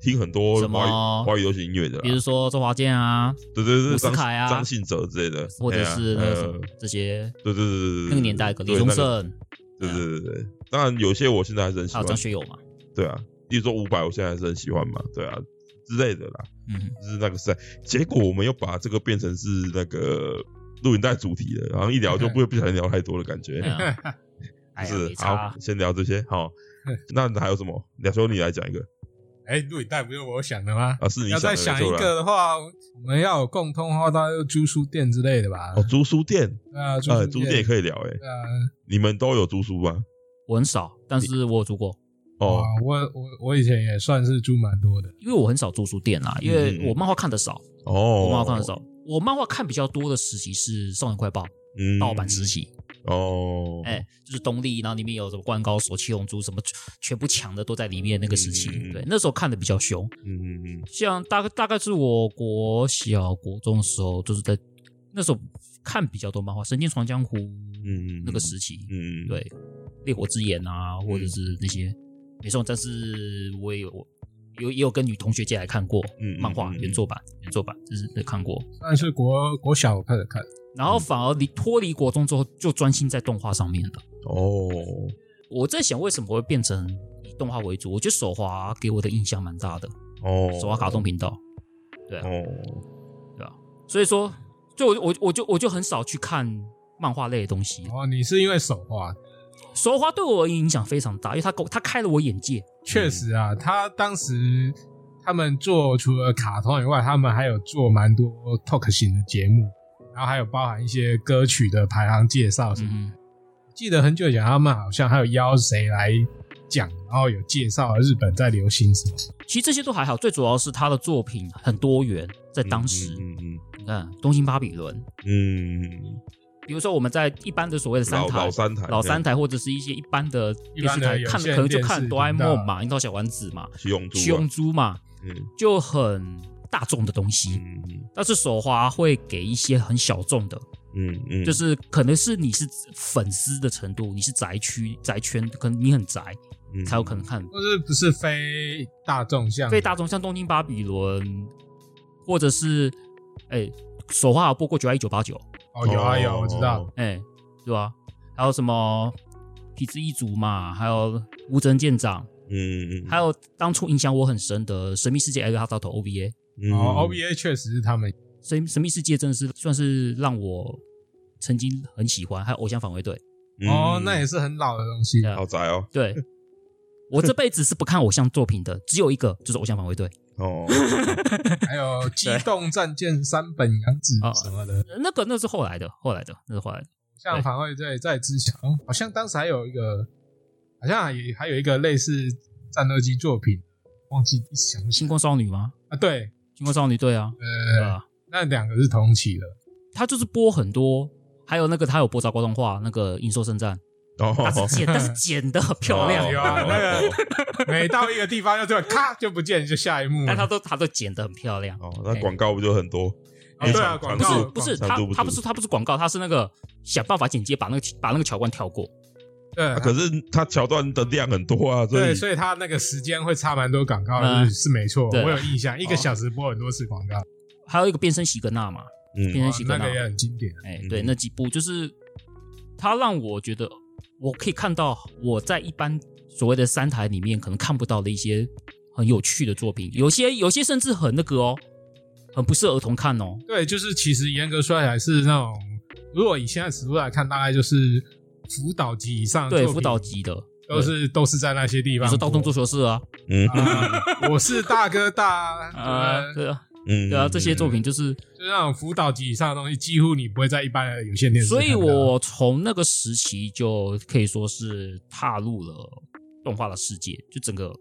S1: 听很多
S2: 什么
S1: 华语华语流行音乐的啦，
S2: 比如说周华健啊，
S1: 啊对对对，
S2: 伍思
S1: 张
S2: 凯啊
S1: 张信哲之类的，
S2: 或者是那
S1: 哎呀
S2: 个什
S1: 呃
S2: 么，这些
S1: 对对对对对，
S2: 那个年代的
S1: 对
S2: 李宗，
S1: 那个
S2: 盛，啊
S1: 对对对对，当然有些我现在还是很喜
S2: 还有
S1: 欢
S2: 张，学友嘛，
S1: 对啊，例如说伍佰，我现在还是很喜欢嘛，对啊之类的啦，
S2: 嗯哼，
S1: 就是那个赛，结果我们又把这个变成是那个录影带主题了，然后一聊就不会不小心聊太多的感觉
S2: 对，啊，嗯哎呀，
S1: 是
S2: 没差
S1: 好
S2: 啊，，
S1: 先聊这些好。 那还有什么？亚修，你来讲一个
S3: 哎、录影带不就我想的吗？
S1: 啊？是你
S3: 要再
S1: 的
S3: 想
S1: 没
S3: 一
S1: 错啦
S3: 个的话，我们要有共通的话，大家就租书店之类的吧。
S1: 哦，租书店，
S3: 对啊，租
S1: 呃，
S3: 书
S1: 租店也
S3: 店，
S1: 可以聊哎。
S3: 对啊，
S1: 你们都有租书吗？
S2: 我很少，但是我有啊租过，
S1: 哦
S3: 哇，啊我我我以前也算是租蛮多的。
S2: 因为我很少住书店啊啦，因
S1: 嗯嗯
S2: 为
S1: 嗯
S2: 我漫画看的少，
S1: 哦，
S2: 我漫画看的少，我漫画看比较多的时期是《少年快报》
S1: 嗯
S2: 盗版时期，
S1: 哦，
S2: 哎，就是东立，然后里面有什么灌高手、七龙珠什么，全部抢的都在里面那个时期
S1: 嗯嗯嗯，
S2: 对，那时候看的比较凶。
S1: 嗯嗯嗯，
S2: 像大概大概是我国小国中的时候，就是在那时候看比较多漫画，《神剑闯江湖》
S1: 嗯
S2: 那个时期，
S1: 嗯，嗯，嗯
S2: 对，《烈火之眼》啊，或者是那些《美少女战士》，我也有有也有跟女同学借来看过
S1: 嗯嗯
S2: 漫画
S1: 嗯嗯
S2: 原作版，原作版就是看过。
S3: 但是国国小我开始看，
S2: 然后反而离脱离国中之后，就专心在动画上面了。
S1: 哦，
S2: 我在想，为什么会变成以动画为主？我觉得手滑给我的印象蛮大的，
S1: 哦，
S2: 手滑卡通频道。
S1: 哦，
S2: 所以说，就我我我就我就很少去看漫画类的东西。
S3: 哦，你是因为手滑，
S2: 手滑对我影响非常大，因为它给我它开了我眼界。
S1: 嗯
S3: 确实啊，他当时他们做除了卡通以外，他们还有做蛮多 talk 型的节目，然后还有包含一些歌曲的排行介绍什么。
S2: 嗯，
S3: 记得很久以前，他们好像还有邀谁来讲，然后有介绍日本在流行什么。
S2: 其实这些都还好，最主要是他的作品很多元，在当时，
S1: 嗯嗯
S2: 你看《东京巴比伦》《
S1: 嗯嗯
S2: 比如说我们在一般的所谓的三
S1: 老
S2: 台
S1: 老、三台，嗯
S2: 老三台或者是一些一般的
S3: 一
S2: 电
S3: 般
S2: 视
S3: 的
S2: 台
S3: 有
S2: 看，
S3: 线
S2: 可能就
S3: 电视
S2: 看
S3: 频
S2: 哆啦 A 梦
S3: 道
S2: 嘛、樱桃小丸子嘛、
S1: 七龙珠啊，
S2: 七龙珠嘛，
S1: 嗯
S2: 就很大众的东西。
S1: 嗯嗯
S2: 但是手滑会给一些很小众的，
S1: 嗯嗯，
S2: 就是可能是你是粉丝的程度，你是宅区宅圈，可能你很宅
S1: 嗯
S2: 才有可能看。
S3: 或是不是非大众向
S2: 非大众像《东京巴比伦》，或者是哎、手滑有播过《九爱一九八九》，
S3: 哦，有啊有，我知道，
S2: 哎，对吧、还有什么痞子一族嘛，还有无证舰长，
S1: 嗯嗯，
S2: 还有当初影响我很深的《神秘世界》L 哈到头 OVA，《
S1: 有
S3: 哦，OBA 确实是他们
S2: 神神秘世界》真的是算是让我曾经很喜欢，还有《偶像反卫队》
S1: 嗯
S3: 哦，那也是很老的东 西，
S2: 对啊
S1: 好宅哦，
S2: 对。我这辈子是不看偶像作品的，只有一个就是《偶像反卫队》。
S1: 哦，
S3: 还有《机动战舰三本杨子
S2: 哦》
S3: 什么的，
S2: 呃那个那是后来的，后来的那是后来的。
S3: 像
S2: 对
S3: 防卫队在之前，哦好像当时还有一个，好像还有还有一个类似战斗机作品，忘记一时想不起
S2: 星光少女吗？
S3: 啊，对，
S2: 星光少女对啊，对
S3: 呃，
S2: 吧、
S3: 那两个是同期 的，
S2: 他就是播很多，还有那个他有播糟糕动画，那个《银兽圣战》，
S1: 然后
S2: 他是剪，他是剪的漂
S1: 哦
S2: 亮，
S3: 有啊那个每到一个地方就这么咔就不见，就下一幕 了。
S2: 但他都他都剪的很漂亮。
S1: 哦，那广告不就很多？
S3: 哦对啊，
S1: 长
S3: 广
S2: 不
S1: 长
S2: 是
S3: 告
S1: 度
S2: 不是
S1: 长
S2: 他
S1: 度不
S2: 他不
S1: 足
S2: 是他不是广告，他是那个想办法剪接把那个把那个桥段跳过。
S3: 对
S1: 啊，可是它桥段的量很多啊，所以
S3: 对，所以他那个时间会差蛮多广告的，
S2: 嗯
S3: 是是没错，
S2: 对啊
S3: 我有印象，一个
S2: 哦
S3: 小时播很多次广告，
S2: 还有一个变身喜格纳嘛，变
S1: 嗯
S2: 身
S3: 哦
S2: 喜格
S3: 那
S2: 纳，
S3: 个也很经典。
S2: 哎、
S1: 嗯
S2: 对那几部就是他让我觉得我可以看到我在一般所谓的三台里面可能看不到的一些很有趣的作品，有些有些甚至很那个哦，很不适合儿童看哦。
S3: 对，就是其实严格说起来是那种，如果以现在尺度来看，大概就是辅导级以上的
S2: 对，
S3: 作品
S2: 辅导级的
S3: 都是都是在那些地
S2: 比
S3: 方
S2: 如说
S3: 播。
S2: 《道动作球室》啊，
S1: 嗯
S3: 啊， 我是大哥大，
S2: 啊，
S3: 呃，
S2: 对啊，
S1: 嗯，
S2: 对啊，这些作品就是，
S3: 就是那种辅导级以上的东西，几乎你不会在一般的有线电视
S2: 所
S3: 看到。
S2: 以我从那个时期就可以说是踏入了动画的世界，就整个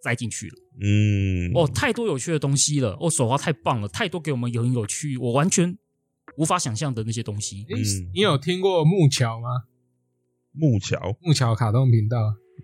S2: 栽进去了。
S1: 嗯，
S2: 哦，太多有趣的东西了，哦，手滑太棒了，太多给我们有很有趣，我完全无法想象的那些东西。
S3: 诶
S1: 嗯
S3: 你有听过木桥吗？
S1: 木桥
S3: 木桥卡通频道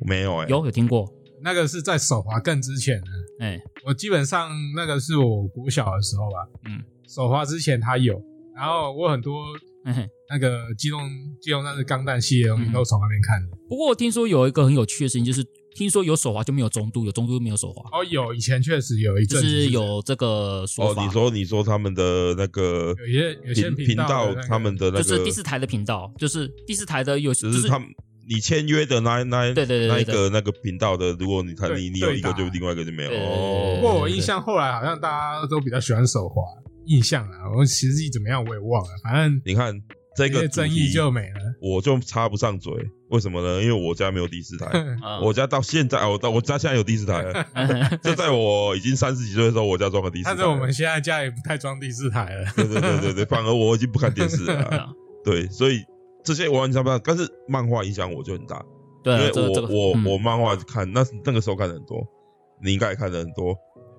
S1: 没有哎，
S2: 有有听过？
S3: 那个是在手滑更之前的，
S2: 哎，
S3: 我基本上那个是我国小的时候吧，
S2: 嗯，
S3: 手滑之前它有，然后我很多
S2: 嘿嘿。
S3: 那个机动机动战士钢弹系列的东西
S2: 嗯
S3: 都从那边看的。
S2: 不过我听说有一个很有趣的事情，就是听说有手滑就没有中度，有中度就没有手滑，
S3: 哦，有以前确实有一
S2: 就
S3: 阵子
S2: 是
S3: 这样
S2: 有这个说
S1: 哦，
S2: 法。
S1: 你说你说他们的那个
S3: 有些有些
S1: 频
S3: 道
S1: 道
S3: 的那个
S1: 他们的那
S2: 就
S1: 个
S2: 是第四台的频道，就是第四台的有，
S1: 只
S2: 就是是
S1: 他们你签约的那那
S2: 对对对对
S1: 那一
S2: 对
S1: 个那个频道的，如果你他
S3: 对
S1: 你你有一个
S3: 对
S1: 就
S3: 打
S1: 另外一个就没有
S2: 对对对对
S1: 哦。
S2: 对
S3: 不过我印象后来好像大家都比较喜欢手滑，印象啊，我实际怎么样我也忘了，反正
S1: 你看这
S3: 因
S1: 个
S3: 为
S1: 主
S3: 争
S1: 题
S3: 议就没了。
S1: 我就插不上嘴，为什么呢？因为我家没有第四台，
S2: 啊
S1: 我家到现在我到我家现在有第四台了，
S2: 嗯
S1: 就在我已经三十几岁的时候，我家装了第四台
S3: 但
S1: 了。
S3: 是我们现在家也不太装第四台了。
S1: 对对对对对，反而我已经不看电视了
S2: 对
S1: 啊、
S2: 啊
S1: 对，所以这些我完全不知道，但是漫画影响我就很大，
S2: 对
S1: 因
S2: 啊，
S1: 为
S2: 这个这个
S1: 我我
S2: 嗯
S1: 我漫画看那那个时候看的很多，你应该也看的很多。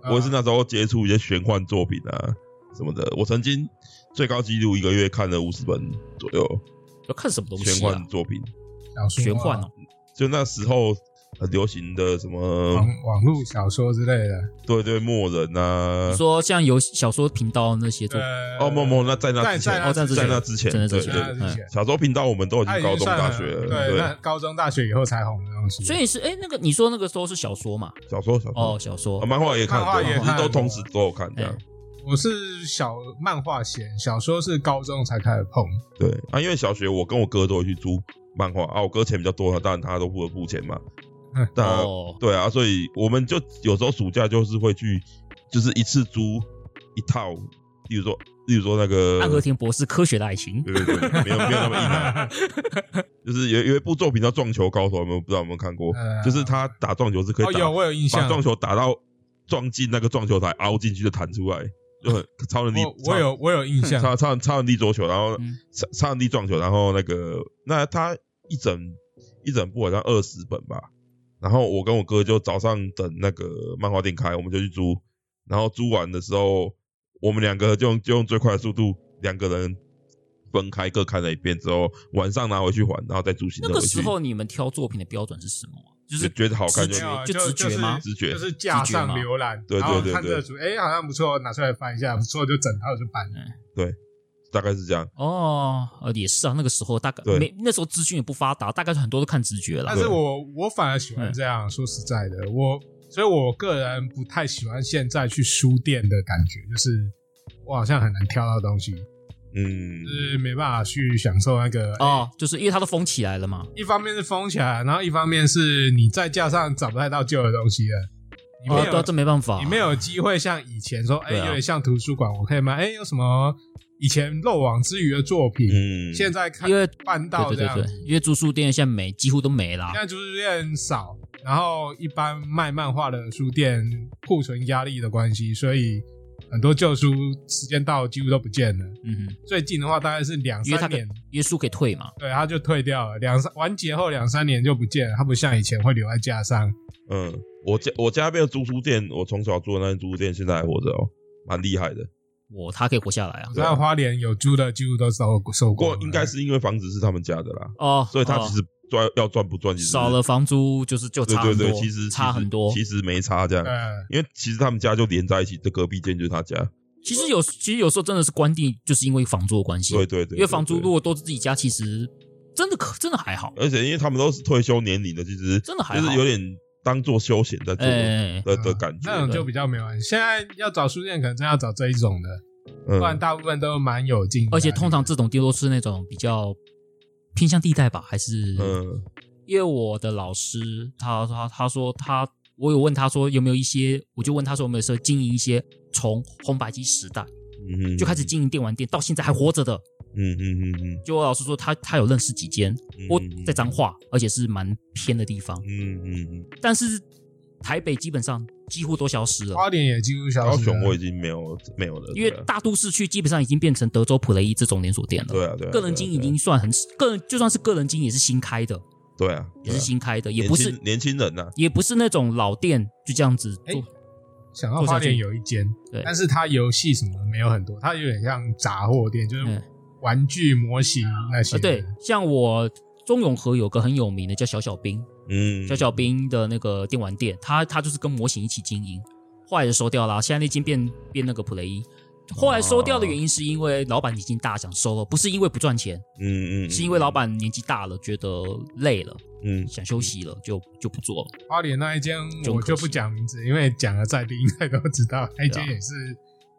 S1: 我也是
S3: 啊
S1: 那时候接触一些玄幻作品啊什么的，我曾经最高纪录一个月看了五十本左右
S2: 要看什么东
S1: 玄
S2: 西
S1: 幻
S2: 啊？
S1: 作品，
S3: 小说啊
S2: 玄幻哦，
S1: 就那时候很流行的什么
S3: 网网络小说之类的。
S1: 对对墨人啊
S2: 你，说像有小说频道那些作品，
S3: 呃，
S1: 哦莫莫那在那
S3: 在
S1: 之前
S3: 在那之前
S1: 在那之前
S2: 在那之
S1: 对
S2: 前
S1: 对
S3: 在那
S1: 对
S3: 之
S2: 对
S3: 前，
S1: 小时候频道我们都已
S3: 他
S1: 经
S3: 已
S1: 高
S3: 经
S1: 中
S3: 算
S1: 大
S3: 了
S1: 学了，
S3: 对，那高中大学以后才红的东西。
S2: 所以是哎，那个你说那个时候是小说嘛？
S1: 小说小说
S2: 哦，小说
S1: 啊啊，漫画也看
S3: 漫画
S1: 很多，
S3: 也
S1: 只是
S3: 看哎
S1: 都
S3: 很
S1: 同
S3: 多
S1: 时都有看这样。
S3: 我是小漫画先，小说是高中才开始碰。
S1: 对啊，因为小学我跟我哥都会去租漫画啊，我哥钱比较多，当然他都不会付钱嘛
S3: 嗯。
S1: 那
S2: 哦，
S1: 对啊，所以我们就有时候暑假就是会去，就是一次租一套，例如说，例如说那个
S2: 暗河田博士科学的爱情，
S1: 呃对对对，没有没有那么硬 啊。就是有有一部作品叫《撞球高手》，有没有不知道有没有看过？
S3: 呃
S1: 就是他打撞球是可
S3: 哦，
S1: 以打，
S3: 有我有印
S1: 把
S3: 象，
S1: 撞球打到撞进那个撞球台，凹进去就弹出来，就很超能力。
S3: 我我有我有印象。
S1: 超超超能力桌球，然后
S2: 嗯
S1: 超超能力撞球，然后那个那他一整一整部好像二十本吧。然后我跟我哥就早上等那个漫画店开，我们就去租。然后租完的时候，我们两个就用就用最快的速度，两个人分开各看了一遍之后，晚上拿回去还，然后再住行
S2: 那
S1: 的
S2: 个
S1: 回
S2: 时
S1: 去，
S2: 候你们挑作品的标准是什么啊？就是
S1: 觉得好看就
S2: 直
S3: 没
S2: 觉
S3: 有啊
S2: 就
S3: 就
S2: 直觉吗？
S1: 直觉
S3: 就是架上
S2: 直觉嘛
S3: 浏览，
S1: 对对
S3: 然后
S1: 对
S3: 看
S1: 对
S3: 这组，哎，好像不错，拿出来翻一下，不错就整套就搬了。
S1: 大概是这样。
S2: 哦，呃，也是啊，那个时候大概
S1: 对
S2: 没那时候资讯也不发达，大概很多都看直觉
S3: 但
S2: 了。
S3: 是我我反而喜欢这样，说实在的，我所以我个人不太喜欢现在去书店的感觉，就是我好像很难挑到东西，就
S1: 嗯，
S3: 是没办法去享受那个。
S2: 哦，就是因为它都封起来了嘛。
S3: 一方面是封起来，然后一方面是你在架上找不太到旧的东西了，你
S2: 哦
S3: 没，
S2: 对
S3: 有
S2: 啊，这没办法。
S3: 你没有机会像以前说，哎、
S2: 对啊
S3: 有点像图书馆，我可以买，哎、有什么以前漏网之鱼的作品，
S1: 嗯，
S3: 现在看
S2: 因为
S3: 办到
S2: 对
S3: 这
S2: 对
S3: 样
S2: 对
S3: 子。
S2: 对，因为住宿店现在没，几乎都没啦
S3: 现。在就是有点少，然后一般卖漫画的书店库存压力的关系，所以很多旧书时间到几乎都不见了。
S2: 嗯哼，
S3: 最近的话大概是两
S2: 因为它
S3: 三
S2: 可
S3: 年，
S2: 因为书可以退嘛。
S3: 对，它就退掉了。两三完结后两三年就不见了，它不像以前会留在架上。
S1: 嗯，我家我家那边的租书店，我从小住的那间租书店现在还活着哦，蛮厉害的。
S2: 我它可以活下来啊
S3: 我。知道花莲有租的几乎都收收
S1: 不过
S3: 光了，
S1: 应该是因为房子是他们家的啦，
S2: 哦，
S1: 所以他
S2: 哦
S1: 其实赚要赚不赚，其实
S2: 少了房租，就是就
S1: 对
S2: 差
S1: 对
S2: 很
S1: 对，
S2: 多
S1: 其实
S2: 差很多。
S1: 其实其实没差这样，
S3: 呃，
S1: 因为其实他们家就连在一起，这隔壁间就是他家。
S2: 其实有其实有时候真的是关定，就是因为房租的关系。
S1: 对对对，
S2: 因为房租
S1: 对呃
S2: 如果都是自己家，其实真的可真的还好。
S1: 而且因为他们都是退休年龄的，其实
S2: 真的还
S1: 就
S2: 好
S1: 是有点当做休闲在做的
S2: 哎，
S1: 的的感
S3: 嗯那
S1: 觉
S3: 种。就比较没关系。现在要找书店，可能真要找这一种的，
S1: 嗯
S3: 不然大部分都蛮有劲的。
S2: 而且通常这种店都是那种比较偏向地带吧，还是
S1: 嗯
S2: 因为我的老师他他他说他我有问他说有没有一些，我就问他说有没有说经营一些从红白机时代
S1: 嗯，
S2: 就开始经营电玩店到现在还活着的，
S1: 嗯嗯嗯嗯
S2: 就我老师说他他有认识几间，
S1: 嗯，
S2: 我
S1: 嗯
S2: 在彰化，而且是蛮偏的地方，
S1: 嗯嗯嗯，
S2: 但是台北基本上几乎都消失了。
S3: 花莲也几乎消
S1: 高
S3: 失了
S1: 雄我已经没有没有了，
S2: 因为
S1: 对啊
S2: 大都市区基本上已经变成德州普雷伊这种连锁店了。
S1: 对啊对啊，
S2: 个人经营已
S1: 对啊
S2: 经算很个人，就算是个人经营也是新开的，
S1: 对啊，
S2: 也
S1: 对啊
S2: 是新开的，也不
S1: 年
S2: 是
S1: 轻年轻人啊呐，
S2: 也不是那种老店就这样子做
S3: 哎。想到花莲有一间
S2: 对，
S3: 但是它游戏什么的没有很多，它有点像杂货店，就
S2: 嗯
S3: 是玩具模型那些。
S2: 呃，对，像我中永和有个很有名的叫小小兵，
S1: 嗯，
S2: 小小兵的那个电玩店，他他就是跟模型一起经营，后来就收掉了，现在那间变变那个普雷伊。后来收
S1: 哦
S2: 掉的原因是因为老板已经大想收了，不是因为不赚钱，
S1: 嗯嗯，
S2: 是因为老板年纪大了，觉得累了，
S1: 嗯
S2: 想休息了，就就不做了。
S3: 花莲那一间
S2: 就很
S3: 我
S2: 可惜
S3: 就不讲名字，因为讲了在地应该都知道，那一间也是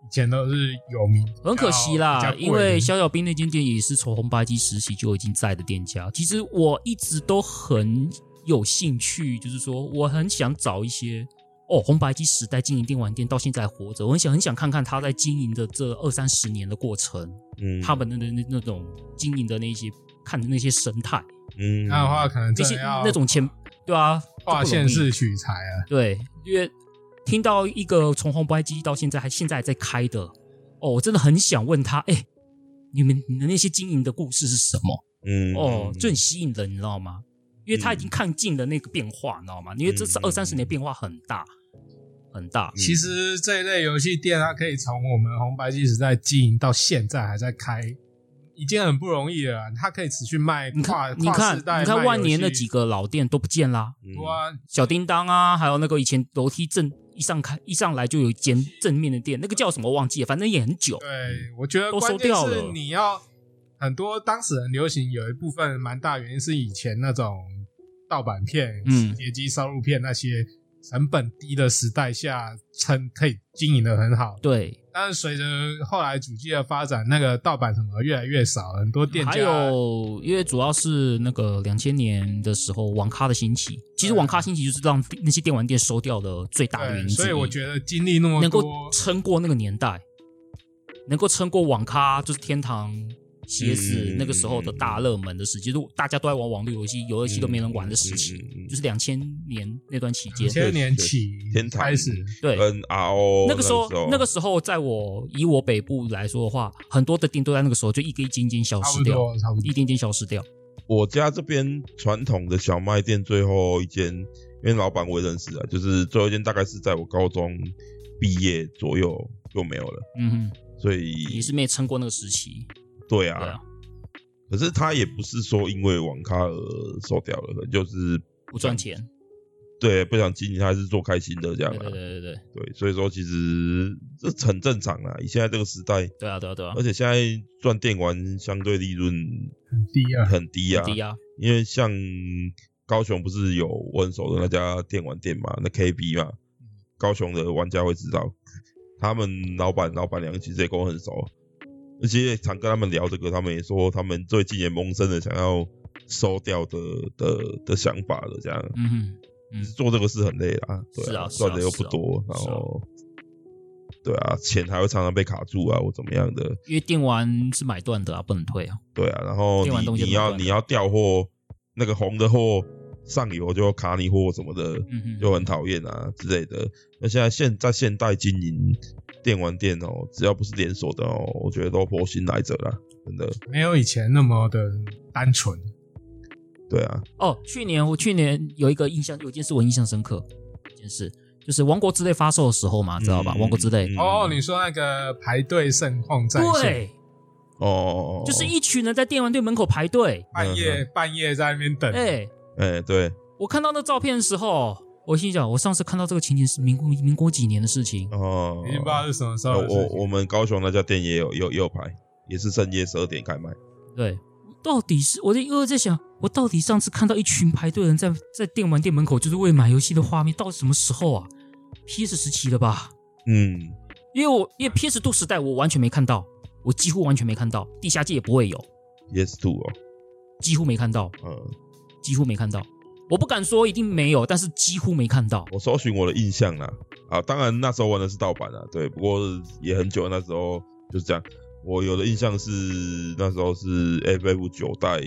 S3: 以前都是有名，
S2: 很可惜
S3: 比较
S2: 啦，
S3: 贵的
S2: 因为小小兵那间店也是从红白机时期就已经在的店家。其实我一直都很有兴趣，就是说我很想找一些哦，红白机时代经营电玩店到现在还活着，我很想很想看看他在经营的这二三十年的过程，
S1: 嗯，
S2: 他们的那那那种经营的那些看的那些生态，
S1: 嗯
S3: 那的话可能
S2: 那
S3: 真
S2: 些
S3: 的要
S2: 那种前对啊，
S3: 划
S2: 这不嗯容
S3: 线
S2: 易
S3: 式取材啊，
S2: 对，因为听到一个从红白机到现在还现在还在开的，哦，我真的很想问他，哎、你们你的那些经营的故事是什么？
S1: 嗯
S2: 哦，就很吸引人，你知道吗？因为他已经看尽了那个变化，你知道吗？因为这是
S1: 嗯
S2: 二三十年变化很大，很大。
S1: 嗯
S3: 其实这一类游戏店，它可以从我们红白机时代经营到现在还在开，已经很不容易了啊。它可以持续卖
S2: 你
S3: 跨
S2: 看，你
S3: 跨
S2: 看，
S3: 世代，
S2: 你看万年那几个老店都不见啦，
S1: 嗯
S3: 多啊，
S2: 小叮当啊，还有那个以前楼梯正一上开一上来就有一间正面的店，那个叫什么忘记了，反正也很久。
S3: 对，我觉得
S2: 嗯都
S3: 关
S2: 收
S3: 键
S2: 掉
S3: 是
S2: 了
S3: 你要很多当时很流行，有一部分蛮大原因是以前那种盗版片、
S2: 嗯
S3: 碟机烧录片那些成本低的时代下，成可以经营的很好。
S2: 对，
S3: 但是随着后来主机的发展，那个盗版什么越来越少，很多店家
S2: 还有，因为主要是那个两千年的时候，网咖的兴起。其实网咖兴起就是让那些电玩店收掉的最大的原因之
S3: 对，
S2: 一。
S3: 所以我觉得经历那么
S2: 能够
S3: 多，
S2: 撑过那个年代，能够撑过网咖，就是天堂、CS、
S1: 嗯
S2: 那个时候的大热门的时期，就是大家都在玩网络游戏，有游戏都没人玩的时
S1: 嗯
S2: 期，
S1: 嗯嗯嗯
S2: 就是两千年那段期间
S3: 两。千年起
S1: 天堂
S3: 开始，
S2: 对，
S1: N R O
S2: 那个时候，那个
S1: 呃时
S2: 时候，在我以我北部来说的话，很多的店都在那个时候就一个一间一间消
S3: 差
S2: 失
S3: 不
S2: 掉，
S3: 多差不多
S2: 一。间一间消失掉。
S1: 候我家这边传统的小卖店最后一间，因为老板我也认识啊，就是最后一间大概是在我高中毕业左右就没有了，
S2: 嗯哼。
S1: 所以
S2: 也是没撑过那个时期。
S1: 对
S2: 对啊
S1: 啊，，可是他也不是说因为网咖而收掉了，可能就是
S2: 不赚钱。
S1: 对，不想经营，他还是做开心的这样、啊。
S2: 对对对对对
S1: 对，所以说其实这很正常啊，以现在这个时代，
S2: 对啊对啊对啊
S1: 而，且现在赚电玩相对利润
S3: 很低啊，
S1: 很低啊，
S2: 低啊，
S1: 因为像高雄不是有我很熟的那家电玩店嘛，那 KB 嘛，
S2: 嗯
S1: 高雄的玩家会知道，他们老板老板娘其实也跟我很熟，而且也常跟他们聊这个，他们也说他们最近也萌生了想要收掉的的的想法了，这样。
S2: 嗯哼，嗯
S1: 做这个事很累啦，对
S2: 是啊是啊
S1: 赚的又不多，
S2: 是啊
S1: 然
S2: 是啊
S1: 后，对啊，钱还会常常被卡住啊，或怎么样的，
S2: 因为电玩是买断的啊，不能退啊。
S1: 对啊，然后
S2: 电玩东
S1: 你
S2: 西
S1: 你
S2: 不能
S1: 要
S2: 断
S1: 你要调货，那个红的货上游就卡你货什么的，
S2: 嗯哼，
S1: 就很讨厌啊之类的。那现在现在现代经营电玩店哦，只要不是连锁的哦，我觉得都佛心来者啦，真的，
S3: 没有以前那么的单纯。
S1: 对啊，
S2: 哦，去年我去年有一个印象，有一件事我印象深刻，一件事就是《王国之泪》发售的时候嘛，啊知道吧？
S1: 嗯
S2: 王国之泪》
S1: 嗯
S3: 哦，你说那个排队盛况在线，
S2: 对，
S1: 哦哦，哦
S2: 就是，一群人在电玩店门口排队。
S3: 半
S1: 嗯
S3: 夜半夜在那边等，
S2: 哎、
S1: 哎、对，
S2: 我看到那照片的时候，我心想，我上次看到这个情景是民国民国几年的事情？
S1: 哦，
S3: 已经不知道是什么时
S1: 呃
S3: 候的事
S1: 我
S3: 情。
S1: 我们高雄那家店也有也有也有牌，也是深夜十二点开卖。
S2: 对，到底是我在又在想，我到底上次看到一群排队的人在在电玩店门口，就是为买游戏的画面，到底什么时候啊？PS 时期了吧？
S1: 嗯，
S2: 因为我因为 PS Two 时代我完全没看到，我几乎完全没看到，地下界也不会有，
S1: Yes Two 哦，
S2: 几乎没看到，
S1: 嗯，
S2: 几乎没看到。我不敢说一定没有，但是几乎没看到。
S1: 我搜寻我的印象啦，啊，当然那时候玩的是盗版啊，对，不过也很久，那时候就是这样。我有的印象是那时候是 FF 九代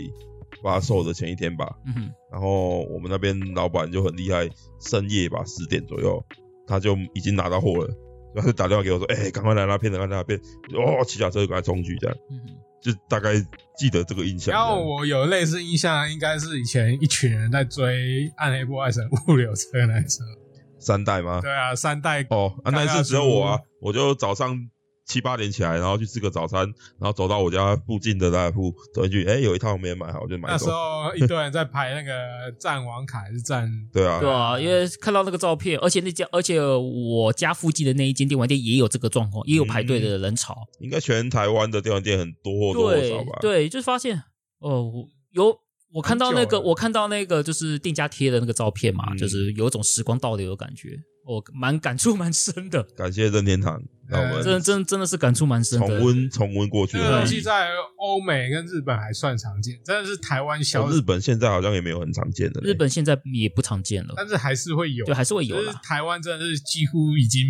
S1: 发售的前一天吧，
S2: 嗯哼，
S1: 然后我们那边老板就很厉害，深夜吧十点左右他就已经拿到货了，然后他就打电话给我说，哎、赶快来拿片，赶快来拿片，我就哦，骑脚车就赶快冲去，这样
S2: 嗯哼，
S1: 就大概记得这个印象这
S3: 然
S1: 样。
S3: 后我有类似印象，应该是以前一群人在追《暗黑破坏神》物流车那 时候。
S1: 三代吗？
S3: 对啊，三代
S1: 哦，啊，
S3: 大
S1: 那一
S3: 家
S1: 次只有我啊
S3: 出，
S1: 我就早上七八点起来，然后去吃个早餐，然后走到我家附近的大铺走进去，哎、有一套没买好，我就买
S3: 那时
S1: 走。
S3: 候一堆人在排那个战王卡还是战，
S1: 对啊，
S2: 对啊，因为看到那个照片，而且那家，而且我家附近的那一间电玩店也有这个状况，也有排队的人潮。
S1: 应该全台湾的电玩店很多或多或少
S2: 对
S1: 吧？，
S2: 对，就发现哦，我有我看到那
S3: 很久
S2: 个，
S3: 了
S2: 我看到那个就是店家贴的那个照片嘛，
S1: 嗯
S2: 就是有一种时光倒流的感觉，我蛮感触蛮深的，
S1: 感谢任天堂，让我
S3: 嗯
S2: 哎真的
S1: 们
S2: 真的真的是感触蛮深
S1: 重
S2: 的。
S1: 温重温过去
S3: 这
S1: 的
S3: 个东
S1: 回
S3: 西
S1: 忆。
S3: 啊在欧美跟日本还算常见，真的是台湾小
S1: 哦，日本现在好像也没有很常见的嘞。
S2: 日本现在也不常见了，
S3: 但是还是会有，
S2: 对，还是会有
S3: 就是
S2: 啦。
S3: 台湾真的是几乎已经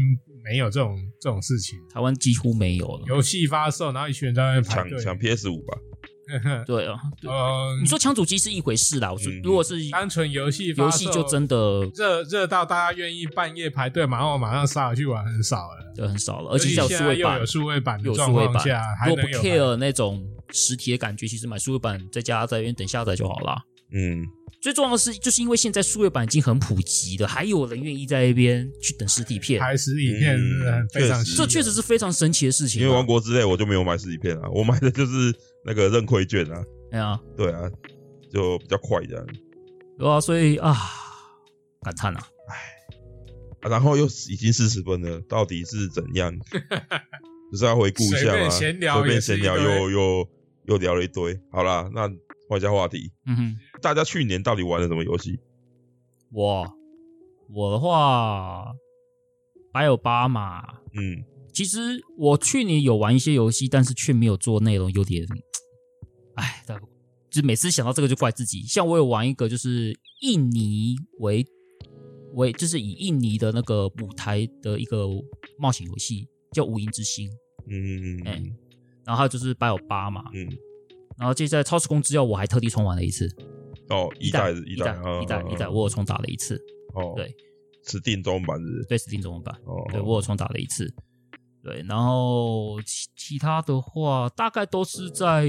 S3: 没有这种这种事情。
S2: 台湾几乎没有了。
S3: 游戏发售，然后一群人在那边排
S1: 抢
S3: 队， 嗯
S1: 抢 PS 五吧，
S2: 对啊，对
S3: 呃，
S2: 你说抢主机是一回事啦，我说
S1: 嗯
S2: 如果是
S3: 单纯游戏发
S2: 游
S3: 售
S2: 戏就真的
S3: 热热到大家愿意半夜排队，马上马上杀回去玩很少了，
S2: 就很少了，而且现在有
S3: 现
S2: 数
S3: 在
S2: 位
S3: 又
S2: 版
S3: 有，数位版的
S2: 有
S3: 状
S2: 数位
S3: 况
S2: 版
S3: 下，还
S2: 如果
S3: 能
S2: 不
S3: 有
S2: care 那种实体的感觉，其实买数位版在家在那边等下载就好啦。
S1: 嗯，
S2: 最重要的是，就是因为现在数位版已经很普及了，还有人愿意在那边去等实体片，
S3: 排实体片
S1: 嗯
S3: 真的很非常
S1: 确
S3: 稀
S1: 实
S3: 有，
S2: 这确实是非常神奇的事情
S1: 因
S2: 啊。
S1: 为王国之泪我就没有买实体片啊，我买的就是那个认亏券啊，
S2: 哎呀，
S1: 对啊，就比较快这样。
S2: 对啊，所以啊，感叹啊，
S1: 啊然后又已经四十分了，到底是怎 样？就是要回顾一下嘛，
S3: 随便闲聊
S1: 随便
S3: 也是
S1: 闲
S3: 一
S1: 聊
S3: 堆
S1: 又又又聊了一堆。好啦，那换一下话题，
S2: 嗯哼，
S1: 大家去年到底玩了什么游戏？
S2: 我我的话，白有巴嘛，
S1: 嗯，
S2: 其实我去年有玩一些游戏，但是却没有做内容，有点，哎，但就是每次想到这个就怪自己。像我有玩一个，就是印尼为为，就是以印尼的那个舞台的一个冒险游戏，叫《无垠之星》，
S1: 嗯
S2: 哎然后还有就是《白有八》嘛，
S1: 嗯，
S2: 然后接下来《超时空之钥》我还特地重玩了一次，
S1: 哦，一代是
S2: 一
S1: 代嗯
S2: 代一代一代，我有重打了一次，
S1: 哦，
S2: 对，
S1: 是定中版是不是
S2: 对 Steam 中文版。
S1: 哦，
S2: 对我有重打了一次，对，然后其其他的话大概都是在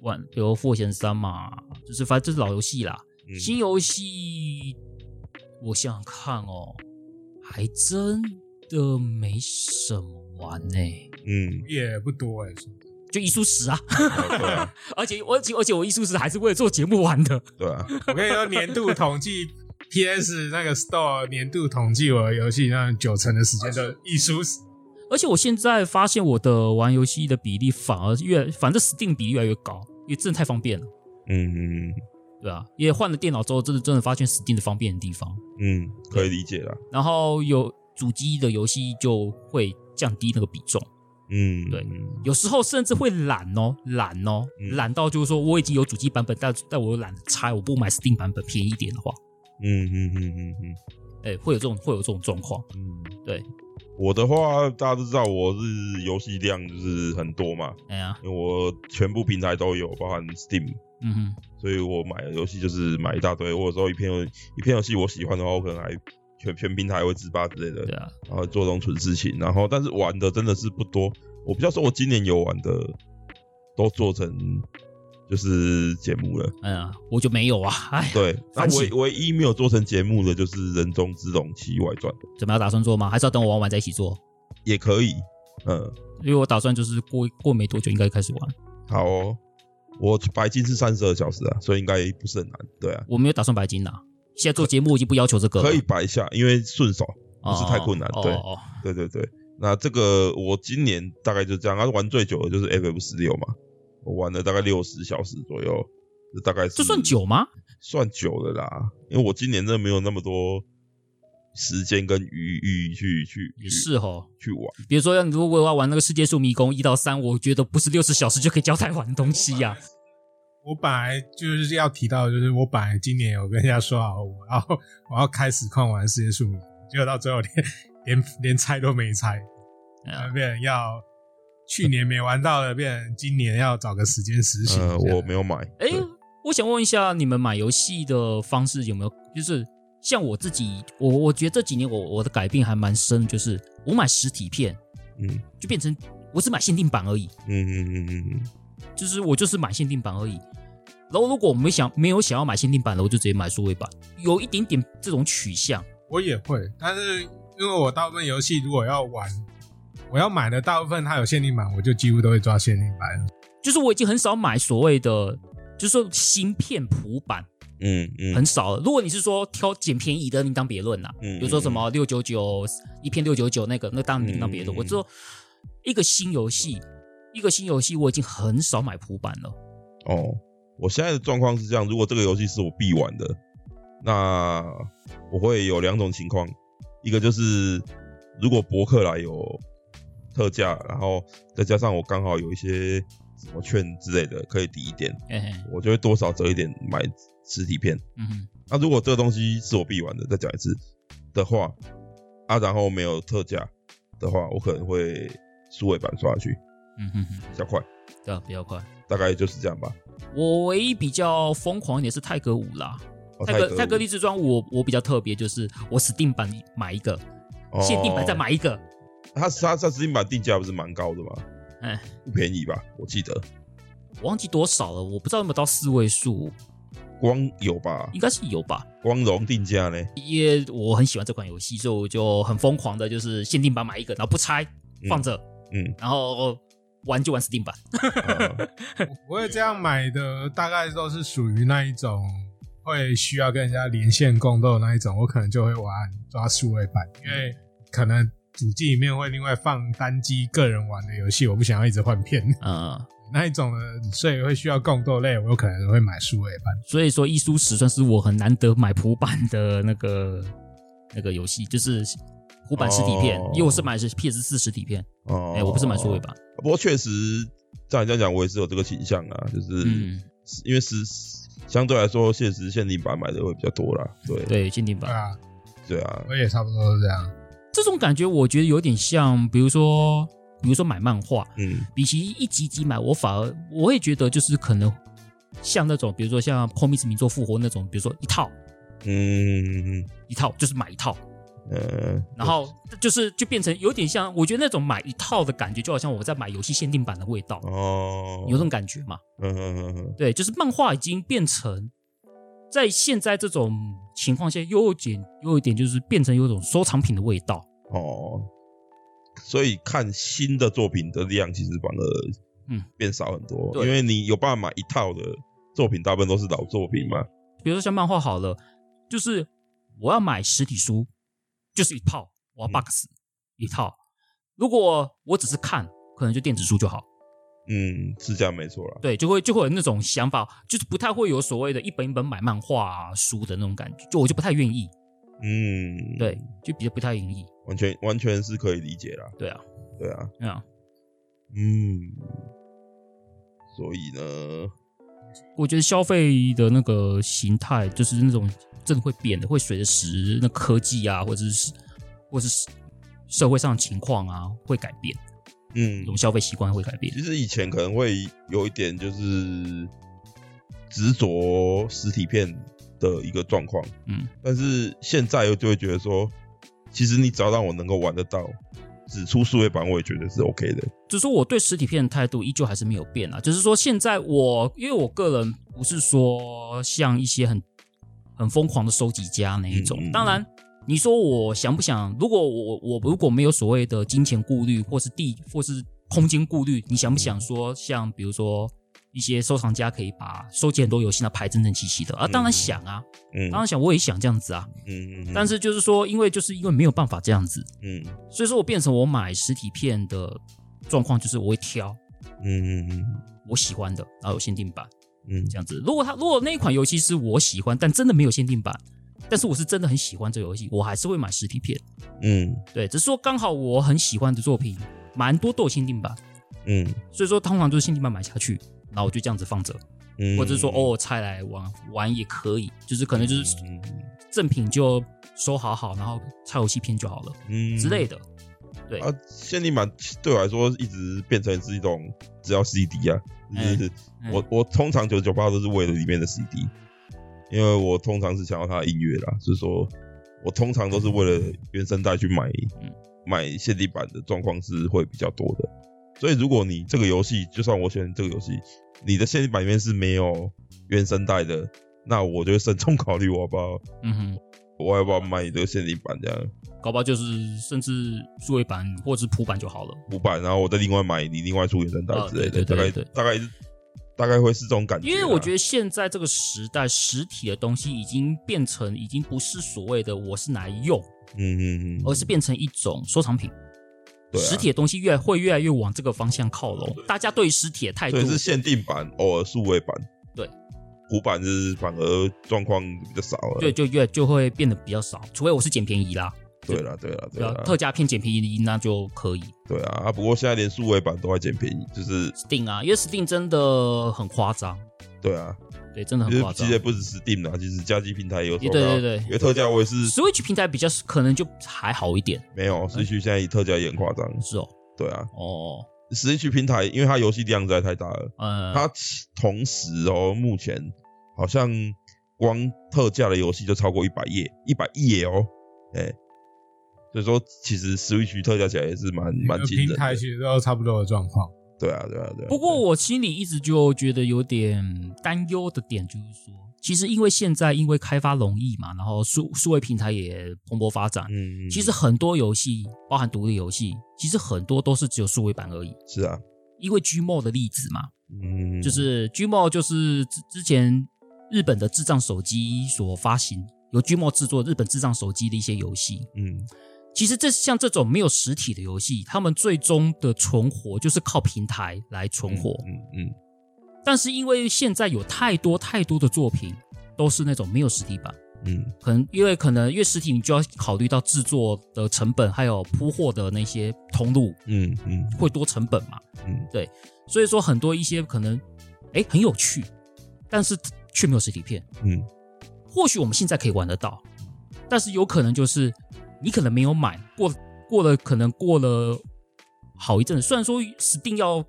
S2: 玩，比如《复贤三》嘛，就是反正就是老游戏啦。
S1: 嗯
S2: 新游戏我想想看哦，还真的没什么玩呢、
S1: 嗯，
S3: 也不多哎、说
S2: 就艺术史啊，
S1: 啊对啊，
S2: 而且我而且而且我艺术史还是为了做节目玩的，
S1: 对啊，
S3: 我跟你说，年度统计 PS 那个 Store 年度统计我的游戏，那九成的时间都一输死。
S2: 而且我现在发现我的玩游戏的比例反而越，反正 Steam 比例越来越高，因为真的太方便了，
S1: 嗯嗯
S2: 对啊，也换了电脑之后，真的真的发现 Steam 的方便的地方。
S1: 嗯，可以理解啦，
S2: 然后有主机的游戏就会降低那个比重，
S1: 嗯，
S2: 对
S1: 嗯
S2: 有时候甚至会懒哦，懒哦，
S1: 嗯
S2: 懒到就是说我已经有主机版本，但但我又懒得拆，我不买 Steam 版本便宜一点的话，
S1: 嗯嗯嗯嗯嗯
S2: 哎，会有这种会有这种状况，
S1: 嗯，
S2: 对，
S1: 我的话大家都知道我是游戏量就是很多嘛，
S2: 哎呀，
S1: 因为我全部平台都有，包含 Steam，
S2: 嗯哼，
S1: 所以我买的游戏就是买一大堆。我有时候一篇游一篇游戏我喜欢的话，我可能还全全平台会自霸之类的
S2: 对，啊，
S1: 然后做这种蠢事情。然后但是玩的真的是不多，我比较说我今年有玩的都做成就是节目了。
S2: 哎呀，我就没有啊， 哎，
S1: 对，那
S2: 反省
S1: 唯唯一没有做成节目的就是《人中之龙：奇外传》，
S2: 怎么样打算做吗？还是要等我玩完再一起做？
S1: 也可以。嗯，
S2: 因为我打算就是过过没多久应该开始玩，
S1: 好哦。我白金是三十二小时啊，所以应该不是很难。对啊，
S2: 我没有打算白金拿。现在做节目已经不要求这个了，
S1: 可以白一下，因为顺手。
S2: 哦，
S1: 不是太困难
S2: 哦
S1: 对
S2: 哦哦
S1: 对对对，那这个我今年大概就这样，啊，玩最久的就是 FF 十六嘛，我玩了大概六十小时左右，这大概是
S2: 这算久吗？
S1: 算久的啦，因为我今年真的没有那么多时间跟余裕去去
S2: 也
S1: 去
S2: 是哦。
S1: 去玩，
S2: 比如说，要如果要玩那个世界树迷宫一到三，我觉得不是六十小时就可以交代完的东西呀、
S3: 我本来就是要提到，就是我本来今年有跟人家说好，我要我要开始狂玩世界树迷，结果到最后连连连猜都没猜，
S2: 哎呀
S3: 然后变成要去年没玩到的，变成今年要找个时间实行。
S1: 呃，我没有买，
S2: 哎、
S1: 对
S2: 我想问一下，你们买游戏的方式有没有？就是像我自己，我我觉得这几年我我的改变还蛮深，就是我买实体片
S1: 嗯
S2: 就变成我只买限定版而已，
S1: 嗯嗯嗯嗯嗯，
S2: 就是我就是买限定版而已。然后如果我没想没有想要买限定版的，我就直接买数位版，有一点点这种取向。
S3: 我也会，但是因为我大部分游戏如果要玩，我要买的大部分它有限定版，我就几乎都会抓限定版。
S2: 就是我已经很少买所谓的，就是说芯片谱版，
S1: 嗯嗯
S2: 很少了。如果你是说挑捡便宜的，另当别论啦。
S1: 嗯
S2: 比如说什么六九九一片六九九那个，那当然另当别
S1: 嗯
S2: 论。我说一个新游戏，一个新游戏我已经很少买普版了。
S1: 哦，我现在的状况是这样，如果这个游戏是我必玩的，那我会有两种情况，一个就是如果博客来有特价，然后再加上我刚好有一些什么券之类的可以抵一点，
S2: 嘿嘿，
S1: 我就会多少折一点买实体片。
S2: 哎嗯哼，
S1: 那如果这个东西是我必玩的，再讲一次的话，啊，然后没有特价的话，我可能会数位版刷下去
S2: 嗯哼哼，
S1: 比较快，
S2: 对啊，比较快。
S1: 大概就是这样吧。
S2: 我唯一比较疯狂一点是泰格五啦，
S1: 哦
S2: 泰格
S1: 了
S2: 泰格励志装我我比较特别，就是我 Steam 版买一个，
S1: 哦
S2: 限定版再买一个，
S1: 它它它 Steam 版定价不是蛮高的吗？
S2: 哎，
S1: 不便宜吧？我记得
S2: 我忘记多少了，我不知道有没有到四位数，
S1: 光有吧，
S2: 应该是有吧。
S1: 光荣定价 呢？
S2: 因为我很喜欢这款游戏，所以我就很疯狂的，就是限定版买一个，然后不拆放着，
S1: 嗯，
S2: 然后玩就玩 Steam 版。
S1: 呃
S3: 我会这样买的，大概都是属于那一种会需要跟人家连线共斗的那一种，我可能就会玩抓数位版，因为可能主机里面会另外放单机个人玩的游戏，我不想要一直换片
S2: 嗯，
S3: 那一种的，所以会需要共斗类，我有可能会买数位版。
S2: 所以说《一书史》算是我很难得买普版的那个那个游戏，就是普版实体片，
S1: 哦
S2: 因为我是买的是 PS 四实体片，
S1: 哦
S2: 哎、我不是买数位。版。
S1: 不过确实，照你这样讲，我也是有这个倾向啊，就是、
S2: 嗯，
S1: 因为是相对来说，现实限定版买的会比较多啦。对
S2: 对，限定
S3: 对
S2: 版
S3: 啊，
S1: 对啊，
S3: 我也差不多是这样。
S2: 这种感觉，我觉得有点像，比如说，比如说买漫画，
S1: 嗯
S2: 比起一集集买，我反而我会觉得就是可能像那种，比如说像《空密之名作复活》那种，比如说一套
S1: 嗯
S2: 一套就是买一套，
S1: 呃，
S2: 然后就是就变成有点像，我觉得那种买一套的感觉，就好像我在买游戏限定版的味道，
S1: 哦，
S2: 有这种感觉嘛？
S1: 嗯嗯嗯
S2: 对，就是漫画已经变成在现在这种情况下，又有点又有一点就是变成有种收藏品的味道。
S1: 哦，所以看新的作品的量其实反而
S2: 嗯
S1: 变少很多，
S2: 对
S1: 因为你有办法买一套的作品，大部分都是老作品嘛，
S2: 比如说像漫画好了，就是我要买实体书，就是一套，我要
S1: 嗯
S2: box、一套。如果我只是看，可能就电子书就好。
S1: 嗯，是这样没错啦。
S2: 对，就会就会有那种想法，就是不太会有所谓的一本一本买漫画、啊、书的那种感觉，就我就不太愿意。
S1: 嗯，
S2: 对，，就比较不太愿意。
S1: 完全完全是可以理解啦。
S2: 对啊，
S1: 对啊，
S2: 对啊，
S1: 嗯，所以呢，
S2: 我觉得消费的那个形态就是那种真的会变的，会随着时那科技啊，或者是或者是社会上的情况啊，会改变，
S1: 嗯
S2: 这，种消费习惯会改变。
S1: 其实以前可能会有一点就是执着实体片的一个状况，
S2: 嗯，
S1: 但是现在就会觉得说，其实你只要让我能够玩得到，只出数位版我也觉得是 OK 的。
S2: 就是说我对实体片的态度依旧还是没有变啊。就是说现在我，因为我个人不是说像一些很很疯狂的收集家那一种。
S1: 嗯嗯嗯
S2: 当然，你说我想不想？如果我我如果没有所谓的金钱顾虑，或是地或是空间顾虑，你想不想说像比如说？一些收藏家可以把收集很多游戏呢排整整齐齐的啊，当然想啊，
S1: 嗯
S2: 当然想，我也想这样子啊。
S1: 嗯嗯，
S2: 但
S1: 是
S2: 是就是说，因为就是因为没有办法这样子，
S1: 嗯
S2: 所以说我变成我买实体片的状况就是我会挑，
S1: 嗯嗯嗯
S2: 我喜欢的，然后有限定版
S1: 嗯
S2: 这样子。如果他如果那一款游戏是我喜欢，但真的没有限定版，但是我是真的很喜欢这个游戏，我还是会买实体片。
S1: 嗯
S2: 对，只是说刚好我很喜欢的作品，蛮多都有限定版，
S1: 嗯
S2: 所以说通常就是限定版买下去，然后我就这样子放着，
S1: 嗯，
S2: 或者是说哦偶尔拆来玩玩也可以，就是可能就是
S1: 嗯
S2: 正品就收好好，然后拆游戏片就好了
S1: 嗯
S2: 之类的。对
S1: 啊，限定版对我来说一直变成是一种只要 CD 啊，就是
S2: 嗯
S1: 我我通常九九八都是为了里面的 CD，因为我通常是想要它的音乐啦，所以说我通常都是为了原声带去买、
S2: 嗯
S1: 买限定版的状况是会比较多的。所以如果你这个游戏，就算我选这个游戏，你的限定版里面是没有原声带的，那我就会慎重考虑我要不要
S2: 嗯哼，
S1: 我要不要买你这个限定版这样
S2: 搞不好就是甚至数位版或者是普版就好了。
S1: 五版，然后我再另外买你另外出原声带
S2: 啊
S1: 之类的，
S2: 对对对对
S1: 大概大概是大概会是这种感觉啊、
S2: 因为我觉得现在这个时代，实体的东西已经变成，已经不是所谓的我是拿来用，
S1: 嗯嗯嗯，
S2: 而是变成一种收藏品。
S1: 对啊
S2: 实体的东西越来会越来越往这个方向靠拢，大家对于实体的态度
S1: 所以是限定版，偶尔数位版。
S2: 对，
S1: 古版是反而状况比较少了。
S2: 对就越就会变得比较少，除非我是捡便宜啦，
S1: 对啦，对啦，对
S2: 对啊
S1: 啦，，
S2: 特价片捡便宜那就可以
S1: 对啊啊！不过现在连数位版都在捡便宜，就是
S2: Steam 啊，因为 Steam 真的很夸张，
S1: 对啊，
S2: 对，真的
S1: 就
S2: 很夸
S1: 是其
S2: 张
S1: 实。也不只是 Steam 啦，其实家机平台也有收
S2: 对
S1: 到，
S2: 对对
S1: 因为特价我也是
S2: ，Switch 平台比较可能就还好一点，
S1: 没有，Switch 现在特价也很夸张，
S2: 是哦，
S1: 对啊
S2: 哦，
S1: ，Switch 平台因为它游戏量实在太大了，
S2: 呃，
S1: 它同时哦，目前好像光特价的游戏就超过一百页，一百亿页哦，哎、所以说其实 Switch 特价起来也是蛮蛮
S3: 每个
S1: 惊人
S3: 平
S1: 的，
S3: 台其实都差不多的状况。
S1: 对啊对啊对啊。
S2: 不过我心里一直就觉得有点担忧的点，就是说，其实因为现在因为开发容易嘛，然后数数位平台也蓬勃发展，
S1: 嗯，嗯
S2: 其实很多游戏，包含独立游戏，其实很多都是只有数位版而已。
S1: 是啊，
S2: 因为 Gmo 的例子嘛，
S1: 嗯，
S2: 就是 Gmo 就是之之前日本的智障手机所发行，由 Gmo 制作日本智障手机的一些游戏。
S1: 嗯
S2: 其实这像这种没有实体的游戏，他们最终的存活就是靠平台来存活。
S1: 嗯嗯
S2: 但是因为现在有太多太多的作品都是那种没有实体版，
S1: 嗯
S2: 可能因为可能因为实体你就要考虑到制作的成本，还有铺货的那些通路
S1: 嗯嗯
S2: 会多成本嘛，
S1: 嗯
S2: 所以说很多一些可能哎很有趣，但是却没有实体片。
S1: 嗯
S2: 或许我们现在可以玩得到，但是有可能就是你可能没有买过，过了可能过了好一阵子，虽然说 Steam 要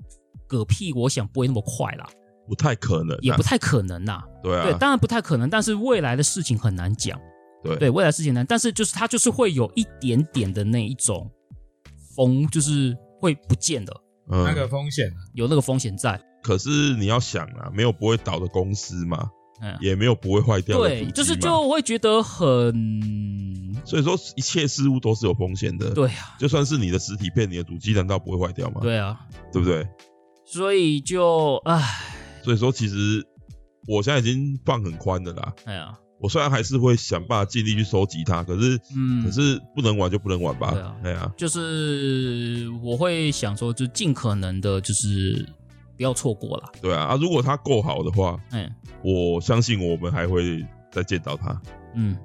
S2: 嗝屁，我想不会那么快啦，
S1: 不太可能啊、
S2: 也不太可能啦。
S1: 对啊，
S2: 对，当然不太可能，但是未来的事情很难讲。
S1: 对
S2: 对，未来事情很难，但是就是它就是会有一点点的那一种风，就是会不见的，
S1: 嗯
S3: 那个风险啊，
S2: 有那个风险在。
S1: 可是你要想啊，没有不会倒的公司嘛，
S2: 嗯，
S1: 也没有不会坏掉的主
S2: 对，
S1: 机
S2: 就是
S1: 嘛
S2: 就会觉得很
S1: 所以说一切事物都是有风险的，
S2: 对啊，
S1: 就算是你的实体片，你的主机难道不会坏掉吗？
S2: 对啊，
S1: 对不对？
S2: 所以就唉，
S1: 所以说，其实我现在已经放很宽的啦。
S2: 哎呀，
S1: 我虽然还是会想办法尽力去收集它，可是，
S2: 嗯
S1: 可是不能玩就不能玩吧
S2: 对啊。
S1: 哎呀，
S2: 就是我会想说，就尽可能的，就是不要错过啦。
S1: 对啊，啊，如果它够好的话，
S2: 嗯
S1: 我相信我们还会再见到它，
S2: 嗯，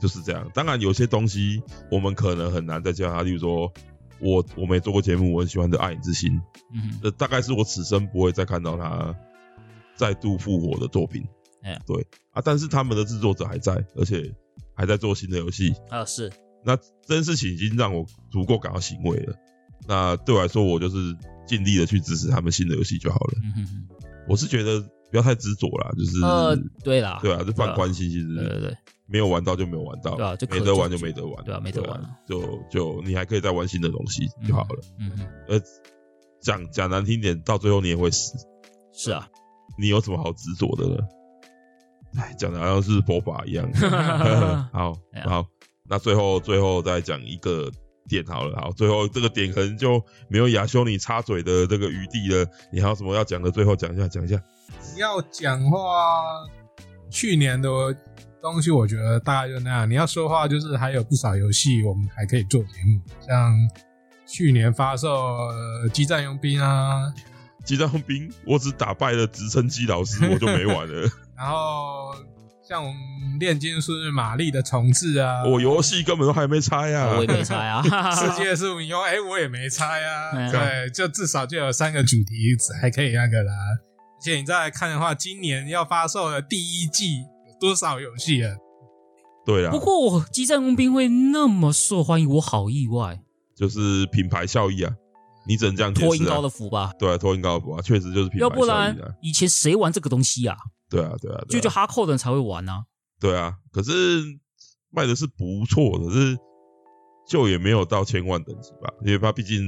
S1: 就是这样。当然，有些东西我们可能很难再见到它，例如说。我我没做过节目，我很喜欢的《爱你之心》，
S2: 嗯，
S1: 这呃大概是我此生不会再看到它再度复活的作品。
S2: 哎
S1: 对啊，但是他们的制作者还在，而且还在做新的游戏，
S2: 啊是，
S1: 那这件事情已经让我足够感到欣慰了。那对我来说，我就是尽力的去支持他们新的游戏就好了。
S2: 嗯哼哼，
S1: 我是觉得不要太执着啦，就是、
S2: 呃，对啦，
S1: 对啊，这
S2: 对
S1: 放
S2: 啊
S1: 关系其实
S2: 对对对，
S1: 没有玩到就没有玩到，
S2: 对啊就可
S1: 没得玩
S2: 就
S1: 就没得玩，
S2: 对啊没得玩啊
S1: 就就你还可以再玩新的东西
S2: 嗯
S1: 就好了。呃
S2: 嗯哼，
S1: 讲讲难听点，到最后你也会死，
S2: 是啊，
S1: 你有什么好执着的呢？
S2: 嗯
S1: 哎，讲的好像是佛法一 样。 好
S2: 哎呀
S1: 好，那最后最后再讲一个点好了，好，最后这个点可能就没有亚修你插嘴的这个余地了。你还有什么要讲的？最后讲一下，讲一下。
S3: 要讲话，去年的东西我觉得大概就那样。你要说话，就是还有不少游戏我们还可以做节目，像去年发售呃《激战佣兵》啊，
S1: 激战兵，我只打败了直升机老师，我就没玩 了。
S3: 然后像我们炼金术士玛丽的重置啊，
S1: 我游戏根本都还没拆啊
S2: 我。也没猜 啊，
S3: 世界是名优，哎、我也没猜啊。
S2: 嗯
S3: 对，就至少就有三个主题还可以那个啦。而且你再来看的话，今年要发售的第一季有多少游戏啊？
S1: 对啊啦
S2: 不，过我激战工兵会那么受欢迎，我好意外，
S1: 就是品牌效益啊，你只能这样解
S2: 托音
S1: 释
S2: 高
S1: 啊。
S2: 的福吧，
S1: 对啊，托音高的啊，确实就是品
S2: 要
S1: 牌
S2: 不
S1: 效
S2: 然
S1: 益啊。
S2: 以前谁玩这个东西啊？
S1: 对啊，对啊，对
S2: 就
S1: 啊
S2: 就哈扣的人才会玩啊。
S1: 对啊，可是卖的是不错，可是就也没有到千万等级吧，因为它毕竟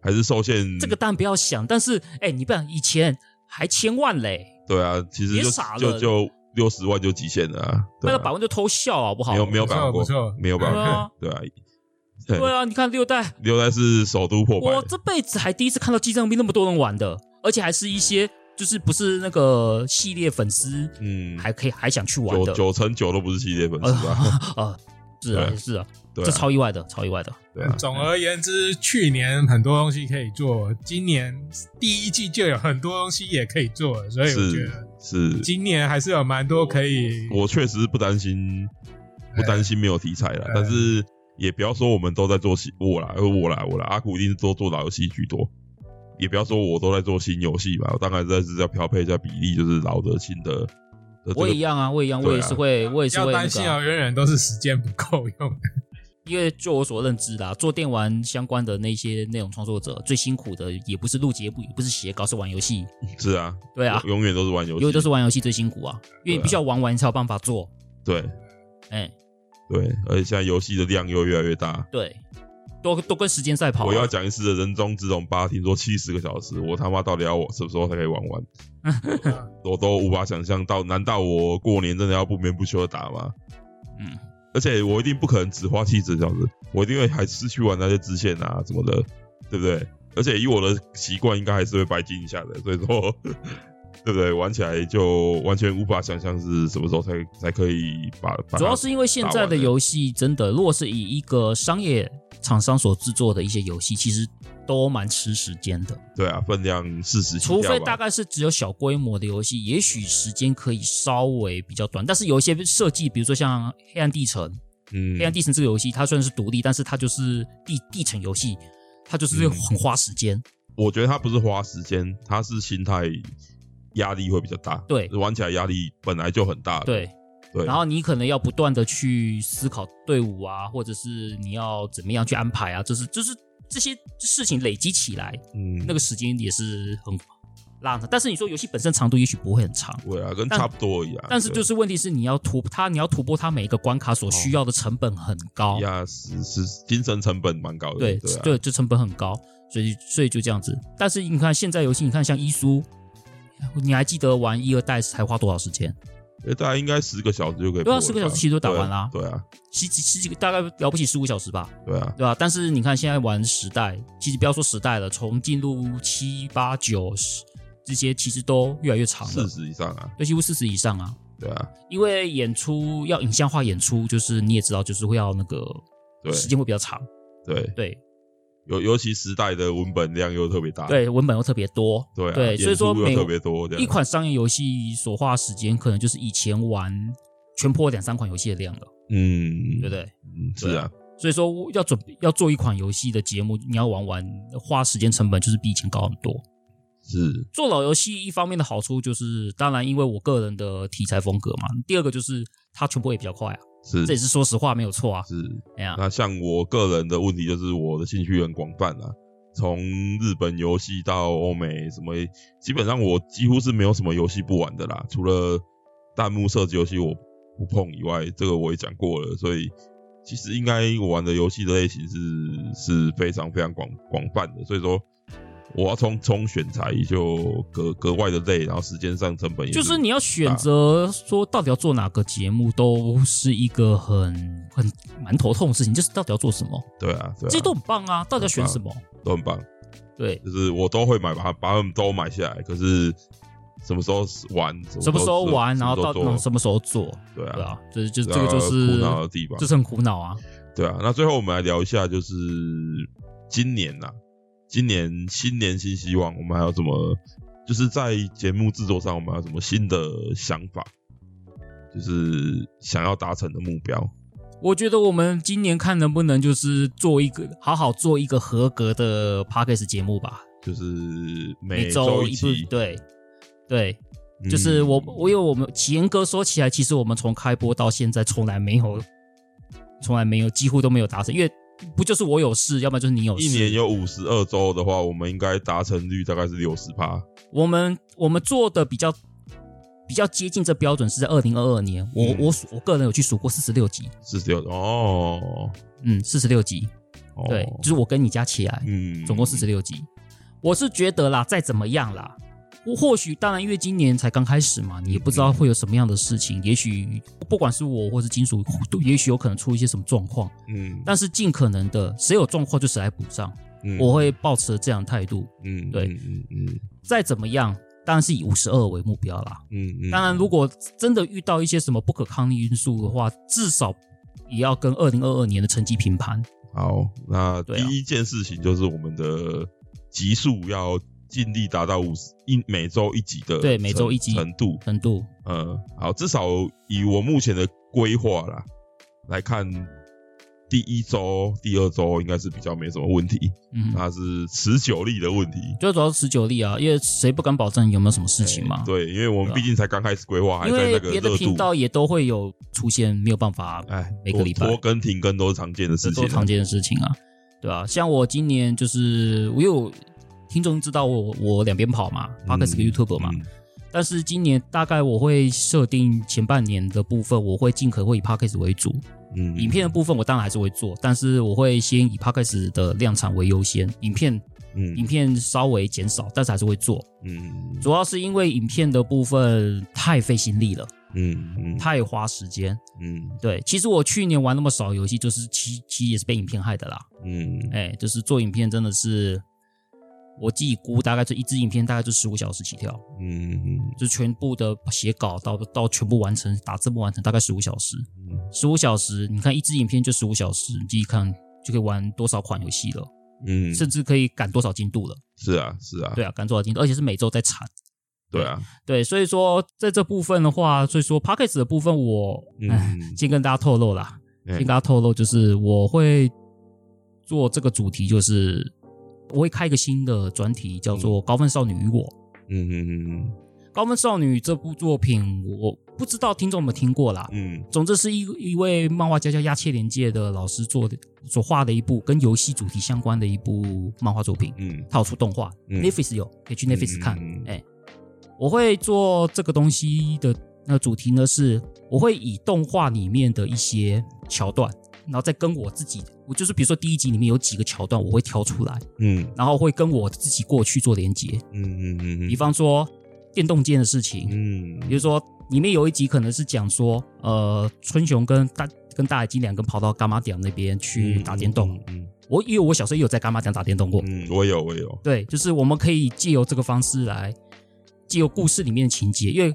S1: 还是受限。
S2: 这个当然不要想，但是哎、你不然以前还千万嘞，
S1: 对啊，其实
S2: 别
S1: 就
S2: 傻了
S1: 就就六十万就极限了啊，对
S2: 卖
S1: 啊
S2: 到百万就偷笑好不好？
S1: 没有没有
S3: 不
S1: 百
S3: 错
S1: 万过
S3: 不错，
S1: 没有百
S2: 对啊
S1: 万过，对啊，
S2: 对啊，你看六代，
S1: 六代是首都破
S2: 我
S1: 百，
S2: 这辈子还第一次看到激战兵那么多人玩的，而且还是一些就是不是那个系列粉丝
S1: 嗯，
S2: 还可以还想去玩
S1: 九
S2: 的，
S1: 九成九都不是系列粉丝吧？
S2: 呃，是啊
S1: 对
S2: 是啊，
S1: 对
S2: 这
S1: 啊，
S2: 超意外的，超意外的，
S1: 对啊，
S3: 总而言之，去年很多东西可以做，今年第一季就有很多东西也可以做了，所以哎我觉
S1: 是
S3: 得
S1: 是，
S3: 今年还是有蛮多可以。
S1: 我确实不担心，不担心没有题材了，但是也不要说我们都在做戏，我啦，呃我啦，我啦，阿古一定是多做老游戏居多，也不要说我都在做新游戏吧，我当然在是要调配一下比例，就是老的新的。呃的这
S2: 我
S1: 个
S2: 也一样啊，我也一样，
S1: 对啊
S2: 我也是会，我也是
S3: 要
S2: 会那
S3: 担心
S2: 个啊、
S3: 啊，永远都是时间不够 用。
S2: 因为就我所认知的、啊，做电玩相关的那些内容创作者，最辛苦的也不是录节目，也不是写稿，是玩游戏，
S1: 是啊，
S2: 对啊
S1: 永，永远都是玩游
S2: 因为
S1: 戏，
S2: 都是玩游戏最辛苦啊，因为你必须要玩完才有办法做，
S1: 对
S2: 哎、
S1: 对，而且现在游戏的量又越来越大。
S2: 对，都都跟时间赛跑啊、
S1: 我要讲一次的人中之龙八，听说七十个小时，我他妈到底要我什么时候才可以玩完？我都无法想象到，难道我过年真的要不眠不休的打吗？
S2: 嗯，
S1: 而且我一定不可能只花七十小时，我一定会还是去玩那些支线啊什么的，对不对？而且以我的习惯，应该还是会白金一下的，所以说， 对不对？玩起来就完全无法想象是什么时候才才可以把。把它
S2: 主要是因为现在的游戏真的，如果是以一个商业厂商所制作的一些游戏，其实都蛮吃时间的，
S1: 对啊，分量四十，
S2: 除非大概是只有小规模的游戏，也许时间可以稍微比较短，但是有一些设计，比如说像《黑暗地城》，
S1: 嗯
S2: 黑暗地城》这个游戏，它虽然是独立，但是它就是地地城游戏，它
S1: 嗯
S2: 就是很花时间。
S1: 我觉得他不是花时间，他是心态压力会比较大。
S2: 对
S1: 玩起来压力本来就很大了。
S2: 对，
S1: 对，
S2: 然后你可能要不断的去思考队伍啊，或者是你要怎么样去安排啊，就是就是这些事情累积起来，
S1: 嗯，
S2: 那个时间也是很拉长。但是你说游戏本身长度也许不会很长，
S1: 对啊，跟
S2: 但
S1: 差不多一样。
S2: 但是就是问题是你要突它，你要突破它每一个关卡所需要的成本很高，
S1: 嗯呀，是是精神成本蛮高的。
S2: 对
S1: 对啊，
S2: 对，就成本很高，所以所以就这样子。但是你看现在游戏，你看像伊苏，你还记得玩一二代才花多少时间？
S1: 因为大概应该十个小时就可以
S2: 对
S1: 破
S2: 啊
S1: 了吧。
S2: 十个小时其实都打完啦
S1: 对啊，
S2: 十几十几个大概了不起十五小时吧，
S1: 对啊，
S2: 对吧、但是你看现在玩时代，其实不要说时代了，从进入七八九十这些，其实都越来越长
S1: 四
S2: 了，
S1: 十以上啊，
S2: 对，几乎四十以上啊。
S1: 对啊，
S2: 因为演出要影像化演出，就是你也知道，就是会要那个
S1: 对
S2: 时间会比较长，
S1: 对，
S2: 对
S1: 尤尤其时代的文本量又特别大，
S2: 对，文本又特别多，
S1: 对啊，
S2: 对，所以说
S1: 演出
S2: 每
S1: 又特别多这样，
S2: 一款商业游戏所花的时间，可能就是以前玩全破两三款游戏的量了，
S1: 嗯，
S2: 对不对？
S1: 嗯，是啊，
S2: 所以说要准备要做一款游戏的节目，你要玩完，花时间成本就是比以前高很多。
S1: 是，
S2: 做老游戏一方面的好处就是，当然因为我个人的题材风格嘛，第二个就是它全部也比较快啊，
S1: 是
S2: 这也是说实话没有错啊。
S1: 是。
S2: 哎呀，
S1: 那像我个人的问题就是我的兴趣很广泛啊，从日本游戏到欧美什么，基本上我几乎是没有什么游戏不玩的啦，除了弹幕射击游戏我不碰以外，这个我也讲过了，所以其实应该我玩的游戏的类型是是非常非常广广泛的，所以说。我要从从选材就格格外的累，然后时间上成本也
S2: 就是你要选择说到底要做哪个节目，都是一个很很蛮头痛的事情，就是到底要做什么，
S1: 对啊，对啊，
S2: 这些都很棒啊，到底要选什么？
S1: 都很棒。
S2: 对，啊
S1: 就是我都会买，把它把它们都买下来。可是什么时候玩，
S2: 什么时候玩，然后到
S1: 做，
S2: 什么时候做，
S1: 对
S2: 对
S1: 啊，
S2: 啊，这就
S1: 这
S2: 这个就是
S1: 苦恼的地方
S2: 这。是很苦恼啊。
S1: 对啊，那最后我们来聊一下，就是今年呐、今年新年新希望，我们还有什么？就是在节目制作上，我们还有什么新的想法？就是想要达成的目标。
S2: 我觉得我们今年看能不能就是做一个好好做一个合格的 podcast 节目吧，
S1: 就是每
S2: 每周
S1: 一
S2: 一部
S1: 期，
S2: 对对，
S1: 嗯
S2: 就是我我有我们奇岩哥说起来，其实我们从开播到现在从来没有，从来没有几乎都没有达成，因为不就是我有事，要不然就是你有事。
S1: 一年有五十二周的话，我们应该达成率大概是六十趴。
S2: 我们我们做的比较比较接近这标准是在二零二二年，我、
S1: 嗯
S2: 我数我个人有去数过四十六集，
S1: 四十六哦，
S2: 嗯，四十六集，
S1: 哦
S2: 对，就是我跟你加起来，
S1: 嗯，
S2: 总共四十六集。我是觉得啦，再怎么样啦，我或许当然，因为今年才刚开始嘛，你也不知道会有什么样的事情，也许不管是我或是金属， 都也许有可能出一些什么状况，
S1: 嗯，
S2: 但是尽可能的，谁有状况就谁来补上，
S1: 嗯
S2: 我会抱持这样的态度。
S1: 嗯
S2: 对
S1: 嗯嗯
S2: 再怎么样，当然是以五十二为目标啦。
S1: 嗯嗯，
S2: 当然，如果真的遇到一些什么不可抗力因素的话，至少也要跟二零二二年的成绩平盘。
S1: 好，那
S2: 对啊
S1: 第一件事情就是我们的集数要尽力达到五十一每周一集的
S2: 对每周
S1: 程
S2: 一集
S1: 程度，
S2: 程度
S1: 呃，好，至少以我目前的规划啦来看，第一周、第二周应该是比较没什么问题，
S2: 嗯，
S1: 那是持久力的问题。
S2: 最主要是持久力啊，因为谁不敢保证有没有什么事情嘛。
S1: 哎对，因为我们
S2: 对啊
S1: 毕竟才刚开始规划，还
S2: 因
S1: 在那
S2: 为
S1: 个
S2: 别
S1: 热
S2: 的
S1: 度。
S2: 频道也都会有出现没有办法，
S1: 哎，
S2: 每个
S1: 拖
S2: 礼拜
S1: 拖更停更都是常见的
S2: 这
S1: 事
S2: 都
S1: 情、
S2: 常见的事情啊，对吧、像我今年就是我有听众知道我我两边跑嘛，Podcast 跟 YouTube 嘛，
S1: 嗯
S2: 但是今年大概我会设定前半年的部分，我会尽可能会以 Podcast 为主，
S1: 嗯
S2: 影片的部分我当然还是会做，但是我会先以 Podcast 的量产为优先，影片
S1: 嗯
S2: 影片稍微减少，但是还是会做，
S1: 嗯
S2: 主要是因为影片的部分太费心力了，
S1: 嗯嗯
S2: 太花时间。
S1: 嗯
S2: 对，其实我去年玩那么少游戏，就是其其实也是被影片害的啦。
S1: 嗯
S2: 哎，就是做影片真的是，我自己估大概就一支影片大概就十五小时起跳，
S1: 嗯
S2: 就全部的写稿到到全部完成打字幕完成大概十五小时，
S1: 嗯
S2: 十五小时，你看一支影片就十五小时，你自己看就可以玩多少款游戏了，
S1: 嗯，
S2: 甚至可以赶多少进度了。
S1: 是啊是啊，
S2: 哎对啊，赶多少进度，而且是每周在产。
S1: 对啊，
S2: 对，所以说在这部分的话，所以说 p o c k e t 的部分我，
S1: 嗯
S2: 哎先跟大家透露啦，
S1: 哎
S2: 先跟大家透露，就是我会做这个主题，就是我会开一个新的专题，叫做《高分少女与我》。
S1: 嗯嗯
S2: 高分少女这部作品，我不知道听众有没有听过啦。
S1: 嗯
S2: 总之是一一位漫画家叫亚切连介的老师做的所画的一部跟游戏主题相关的一部漫画作品。
S1: 嗯
S2: 它有出动画、
S1: 嗯
S2: n e t f l i x 有，可以去 Netflix 看。哎、
S1: 嗯
S2: 我会做这个东西的那个主题呢，是我会以动画里面的一些桥段，然后再跟我自己，我就是比如说第一集里面有几个桥段，我会挑出来，
S1: 嗯
S2: 然后会跟我自己过去做连接。
S1: 嗯嗯嗯，
S2: 比方说电动剑的事情，
S1: 嗯
S2: 比如说里面有一集可能是讲说，呃，春雄跟大跟大野鸡两个跑到伽马点那边去打电动。
S1: 嗯
S2: 我因为我小时候也有在伽马点打电动过，
S1: 嗯，嗯我有我有，
S2: 对，就是我们可以借由这个方式来，借由故事里面的情节，因为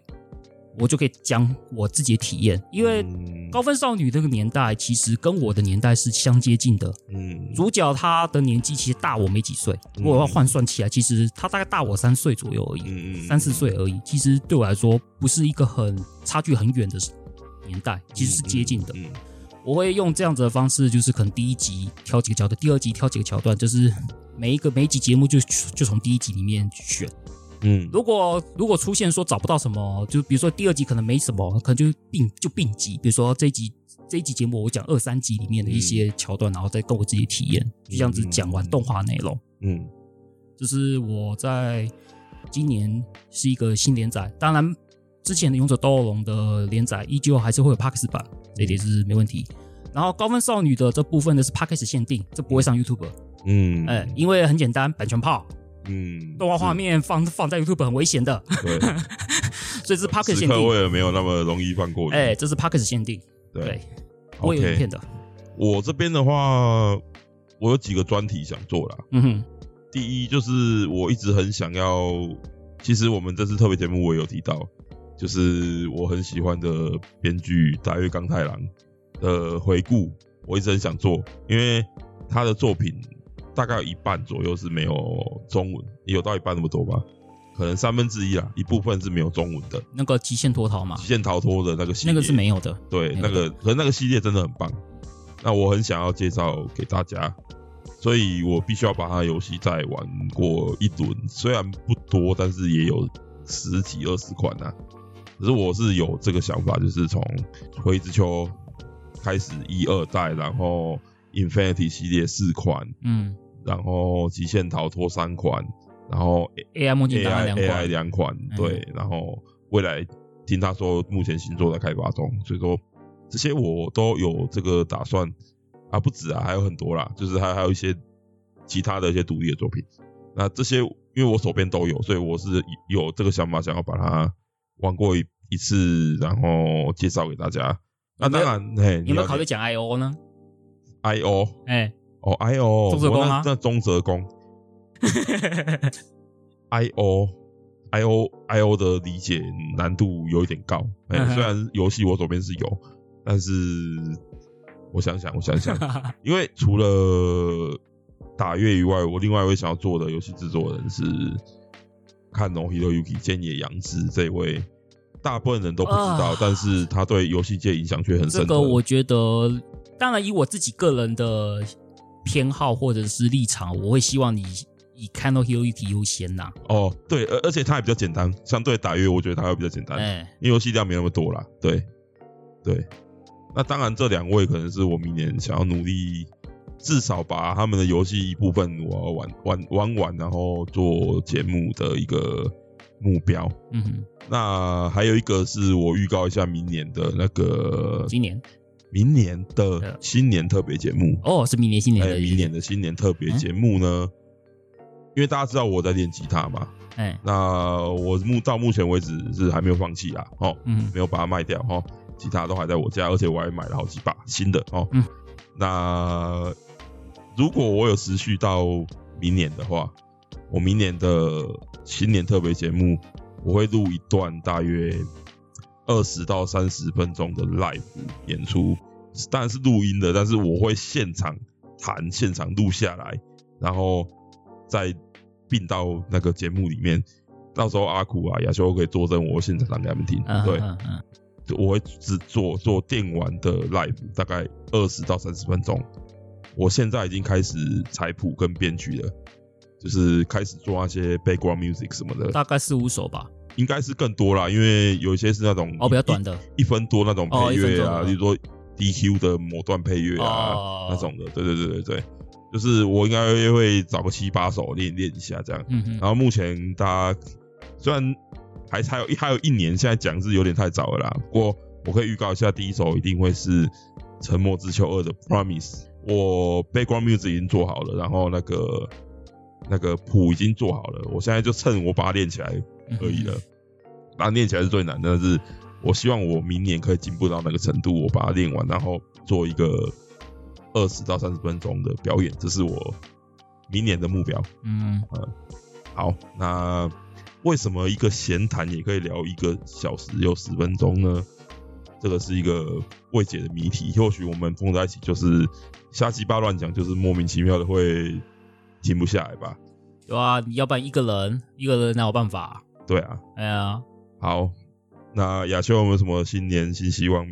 S2: 我就可以讲我自己的体验。因为
S1: 嗯
S2: 高分少女这个年代其实跟我的年代是相接近的，
S1: 嗯
S2: 主角她的年纪其实大我没几岁，如果要换算起来，其实她大概大我三岁左右而已。
S1: 嗯嗯
S2: 三四岁而已，其实对我来说不是一个很差距很远的年代，其实是接近的。
S1: 嗯
S2: 我会用这样子的方式，就是可能第一集挑几个桥段，第二集挑几个桥段，就是每一个每一集节目就就从第一集里面选。
S1: 嗯
S2: 如果如果出现说找不到什么，就比如说第二集可能没什么，可能就并就并集，比如说这一集。这一集节目我讲二三集里面的一些桥段，然后再跟我自己体验，就这样子讲完动画内容。
S1: 嗯
S2: 就是我在今年是一个新连载，当然之前的《勇者斗恶龙》的连载依旧还是会有 Parks 版，这一点是没问题。然后高分少女的这部分呢是 Parks 限定，这不会上 YouTube，
S1: 嗯，
S2: 哎、因为很简单，版权炮，
S1: 嗯，
S2: 动画画面放放在 YouTube 很危险的，
S1: 对，
S2: 所以是 Parks
S1: 史
S2: 限
S1: 克
S2: 定，
S1: 威尔没有那么容易放过你。
S2: 哎、这是 Parks 限定，对，，不会有
S1: OK
S2: 影片的，
S1: 我这边的话，我有几个专题想做啦。
S2: 嗯哼，
S1: 第一就是我一直很想要，其实我们这次特别节目我也有提到，就是我很喜欢的编剧大月刚太郎的回顾，我一直很想做，因为他的作品大概有一半左右是没有中文，也有到一半那么多吧，可能三分之一啊，一部分是没有中文的，《
S2: 那个极限脱逃嘛
S1: 极，限逃脱》的那个系列，
S2: 那个是没有的，
S1: 对，
S2: 那
S1: 那个
S2: 个
S1: 可是那个系列真的很棒，那我很想要介绍给大家，所以我必须要把它的游戏再玩过一轮，虽然不多，但是也有十几二十款啊。可是我是有这个想法，就是从《灰之丘》开始一二代，然后 Infinity 系列四款，
S2: 嗯
S1: 然后极限逃脱三款，然后
S2: ，AI 墨镜档案
S1: AI
S2: 两
S1: AI
S2: 款，嗯
S1: 两款，对，然后未来听他说目前新作在开发中，所以说这些我都有这个打算啊，不止啊，还有很多啦，就是还还有一些其他的一些独立的作品。那这些因为我手边都有，所以我是有这个想法，想要把它玩过一一次，然后介绍给大家。那
S2: 有没有
S1: 当然，嘿，
S2: 有没有考虑讲 IO 呢？
S1: I O
S2: 哎、
S1: 哦 I O 哦
S2: 中泽公啊
S1: 那中泽公 I O I O I O 的理解难度有一点高，哎、
S2: 嗯哼
S1: 虽然游戏我手边是有，但是我想想，我想想， 因为除了打月以外，我另外一位想要做的游戏制作人是看农 Hiroyuki 建野洋子这位，大部分人都不知道，
S2: 啊
S1: 但是他对游戏界影响却很深
S2: 这
S1: 的。
S2: 个我觉得，当然以我自己个人的偏好或者是立场，我会希望你以 k a n o Hiroyuki 优先呐、
S1: 哦，对，而而且它也比较简单，相对打月，我觉得它会比较简单。
S2: 哎、
S1: 因为游戏量没那么多啦。对，对。那当然，这两位可能是我明年想要努力，至少把他们的游戏一部分我要玩玩玩完，然后做节目的一个目标。
S2: 嗯哼，
S1: 那还有一个是我预告一下明年的那个
S2: 今年
S1: 明年
S2: 呃
S1: 的新年特别节目，
S2: 哦是明年新年
S1: 还
S2: 的、
S1: 有哎明年的新年特别节目呢。因为大家知道我在练吉他嘛，
S2: 哎、
S1: 那我目到目前为止是还没有放弃啊，哦，
S2: 嗯
S1: 没有把它卖掉哈，吉他都还在我家，而且我还买了好几把新的哦。
S2: 嗯，
S1: 那如果我有持续到明年的话，我明年的新年特别节目，我会录一段大约二十到三十分钟的 live 演出，当然是录音的，但是我会现场弹，现场录下来，然后再并到那个节目里面。到时候阿苦啊、亚修可以作证，我会现场弹给他们听。
S2: 嗯
S1: 对，
S2: 嗯嗯
S1: 我会只做做电玩的 live，大概二十到三十分钟。我现在已经开始采谱跟编曲了，就是开始做那些 background music 什么
S2: 嗯，
S1: 的，
S2: 大概四五首吧，
S1: 应该是更多啦，因为有一些是那种
S2: 哦比较短
S1: 一
S2: 的，
S1: 一分多那种
S2: 哦
S1: 配乐啊，
S2: 一分多的
S1: 例如说 DQ 的某段配乐啊、
S2: 哦
S1: 那种的，对对对对对，就是我应该会找个七八首练练一下这样。
S2: 嗯哼，
S1: 然后目前大家虽然还还有一还有一年，现在讲是有点太早了啦。不过我可以预告一下，第一首一定会是《沉默之丘二》的《Promise》。我 background music 已经做好了，然后那个那个谱已经
S2: 嗯
S1: 做好了，我现在就趁我把它练起来而已了。那练起来是最难的，但是我希望我明年可以进步到那个程度，我把它练完，然后做一个二十到三十分钟的表演，这是我明年的目标。
S2: 嗯，
S1: 好，那为什么一个闲谈也可以聊一个小时又十分钟呢？这个是一个未解的谜题。或许我们碰在一起就是瞎鸡巴乱讲，就是莫名其妙的会停不下来吧？
S2: 对啊，你要不然一个人一个人哪有办法、
S1: 对啊，
S2: 哎呀，
S1: 好，那亚秋有没有什么新年新希望？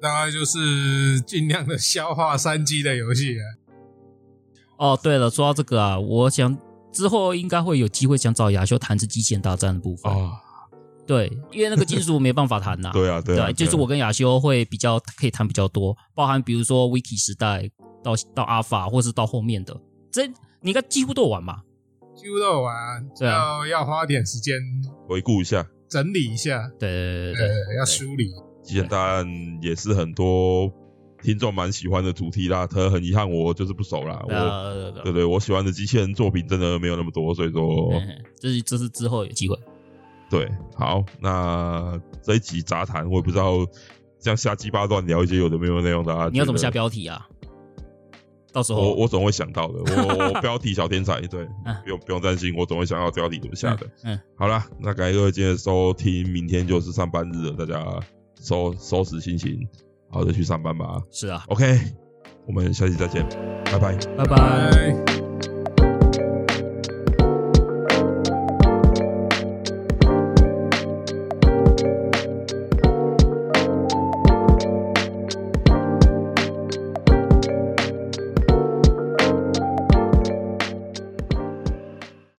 S3: 大概就是尽量的消化三 G 的游戏啊。
S2: 哦，对了，说到这个啊，我想之后应该会有机会想找亚修谈这机器人大战的部分。
S1: 啊，
S2: 对，因为那个金属没办法谈呐、
S1: 对啊，对啊，
S2: 就是我跟亚修会比较可以谈比较多，包含比如说 Wiki 时代到到阿法，或是到后面的，这你应该几乎都有玩吧？
S3: 几乎都有玩，
S2: 对啊
S3: 要要花点时间
S1: 回顾一下，
S3: 整理一下，
S2: 对对对对对，
S3: 呃，要梳理。
S1: 鸡蛋大案也是很多听众蛮喜欢的主题啦。他很遗憾，我就是不熟啦。
S2: 对
S1: 我
S2: 啊对对
S1: 对对，我喜欢的机器人作品真的没有那么多，所以说
S2: 对，嗯这是这是之后有机会。
S1: 对，好，那这一集杂谈，我也不知道这样瞎鸡巴乱聊一些有的没有的内容，大家
S2: 你要怎么
S1: 觉
S2: 下
S1: 得？
S2: 标题啊？到时候
S1: 我我总会想到的， 我我标题小天才，对，
S2: 嗯
S1: 不用不用担心，我总会想到标题怎么下的。
S2: 嗯，嗯
S1: 好啦，那感谢各位今天的收听，明天就是上班日了，大家收收拾心情，好的去上班吧。
S2: 是啊，
S1: OK，我们下期再见，拜拜。
S2: 拜拜。
S3: 拜。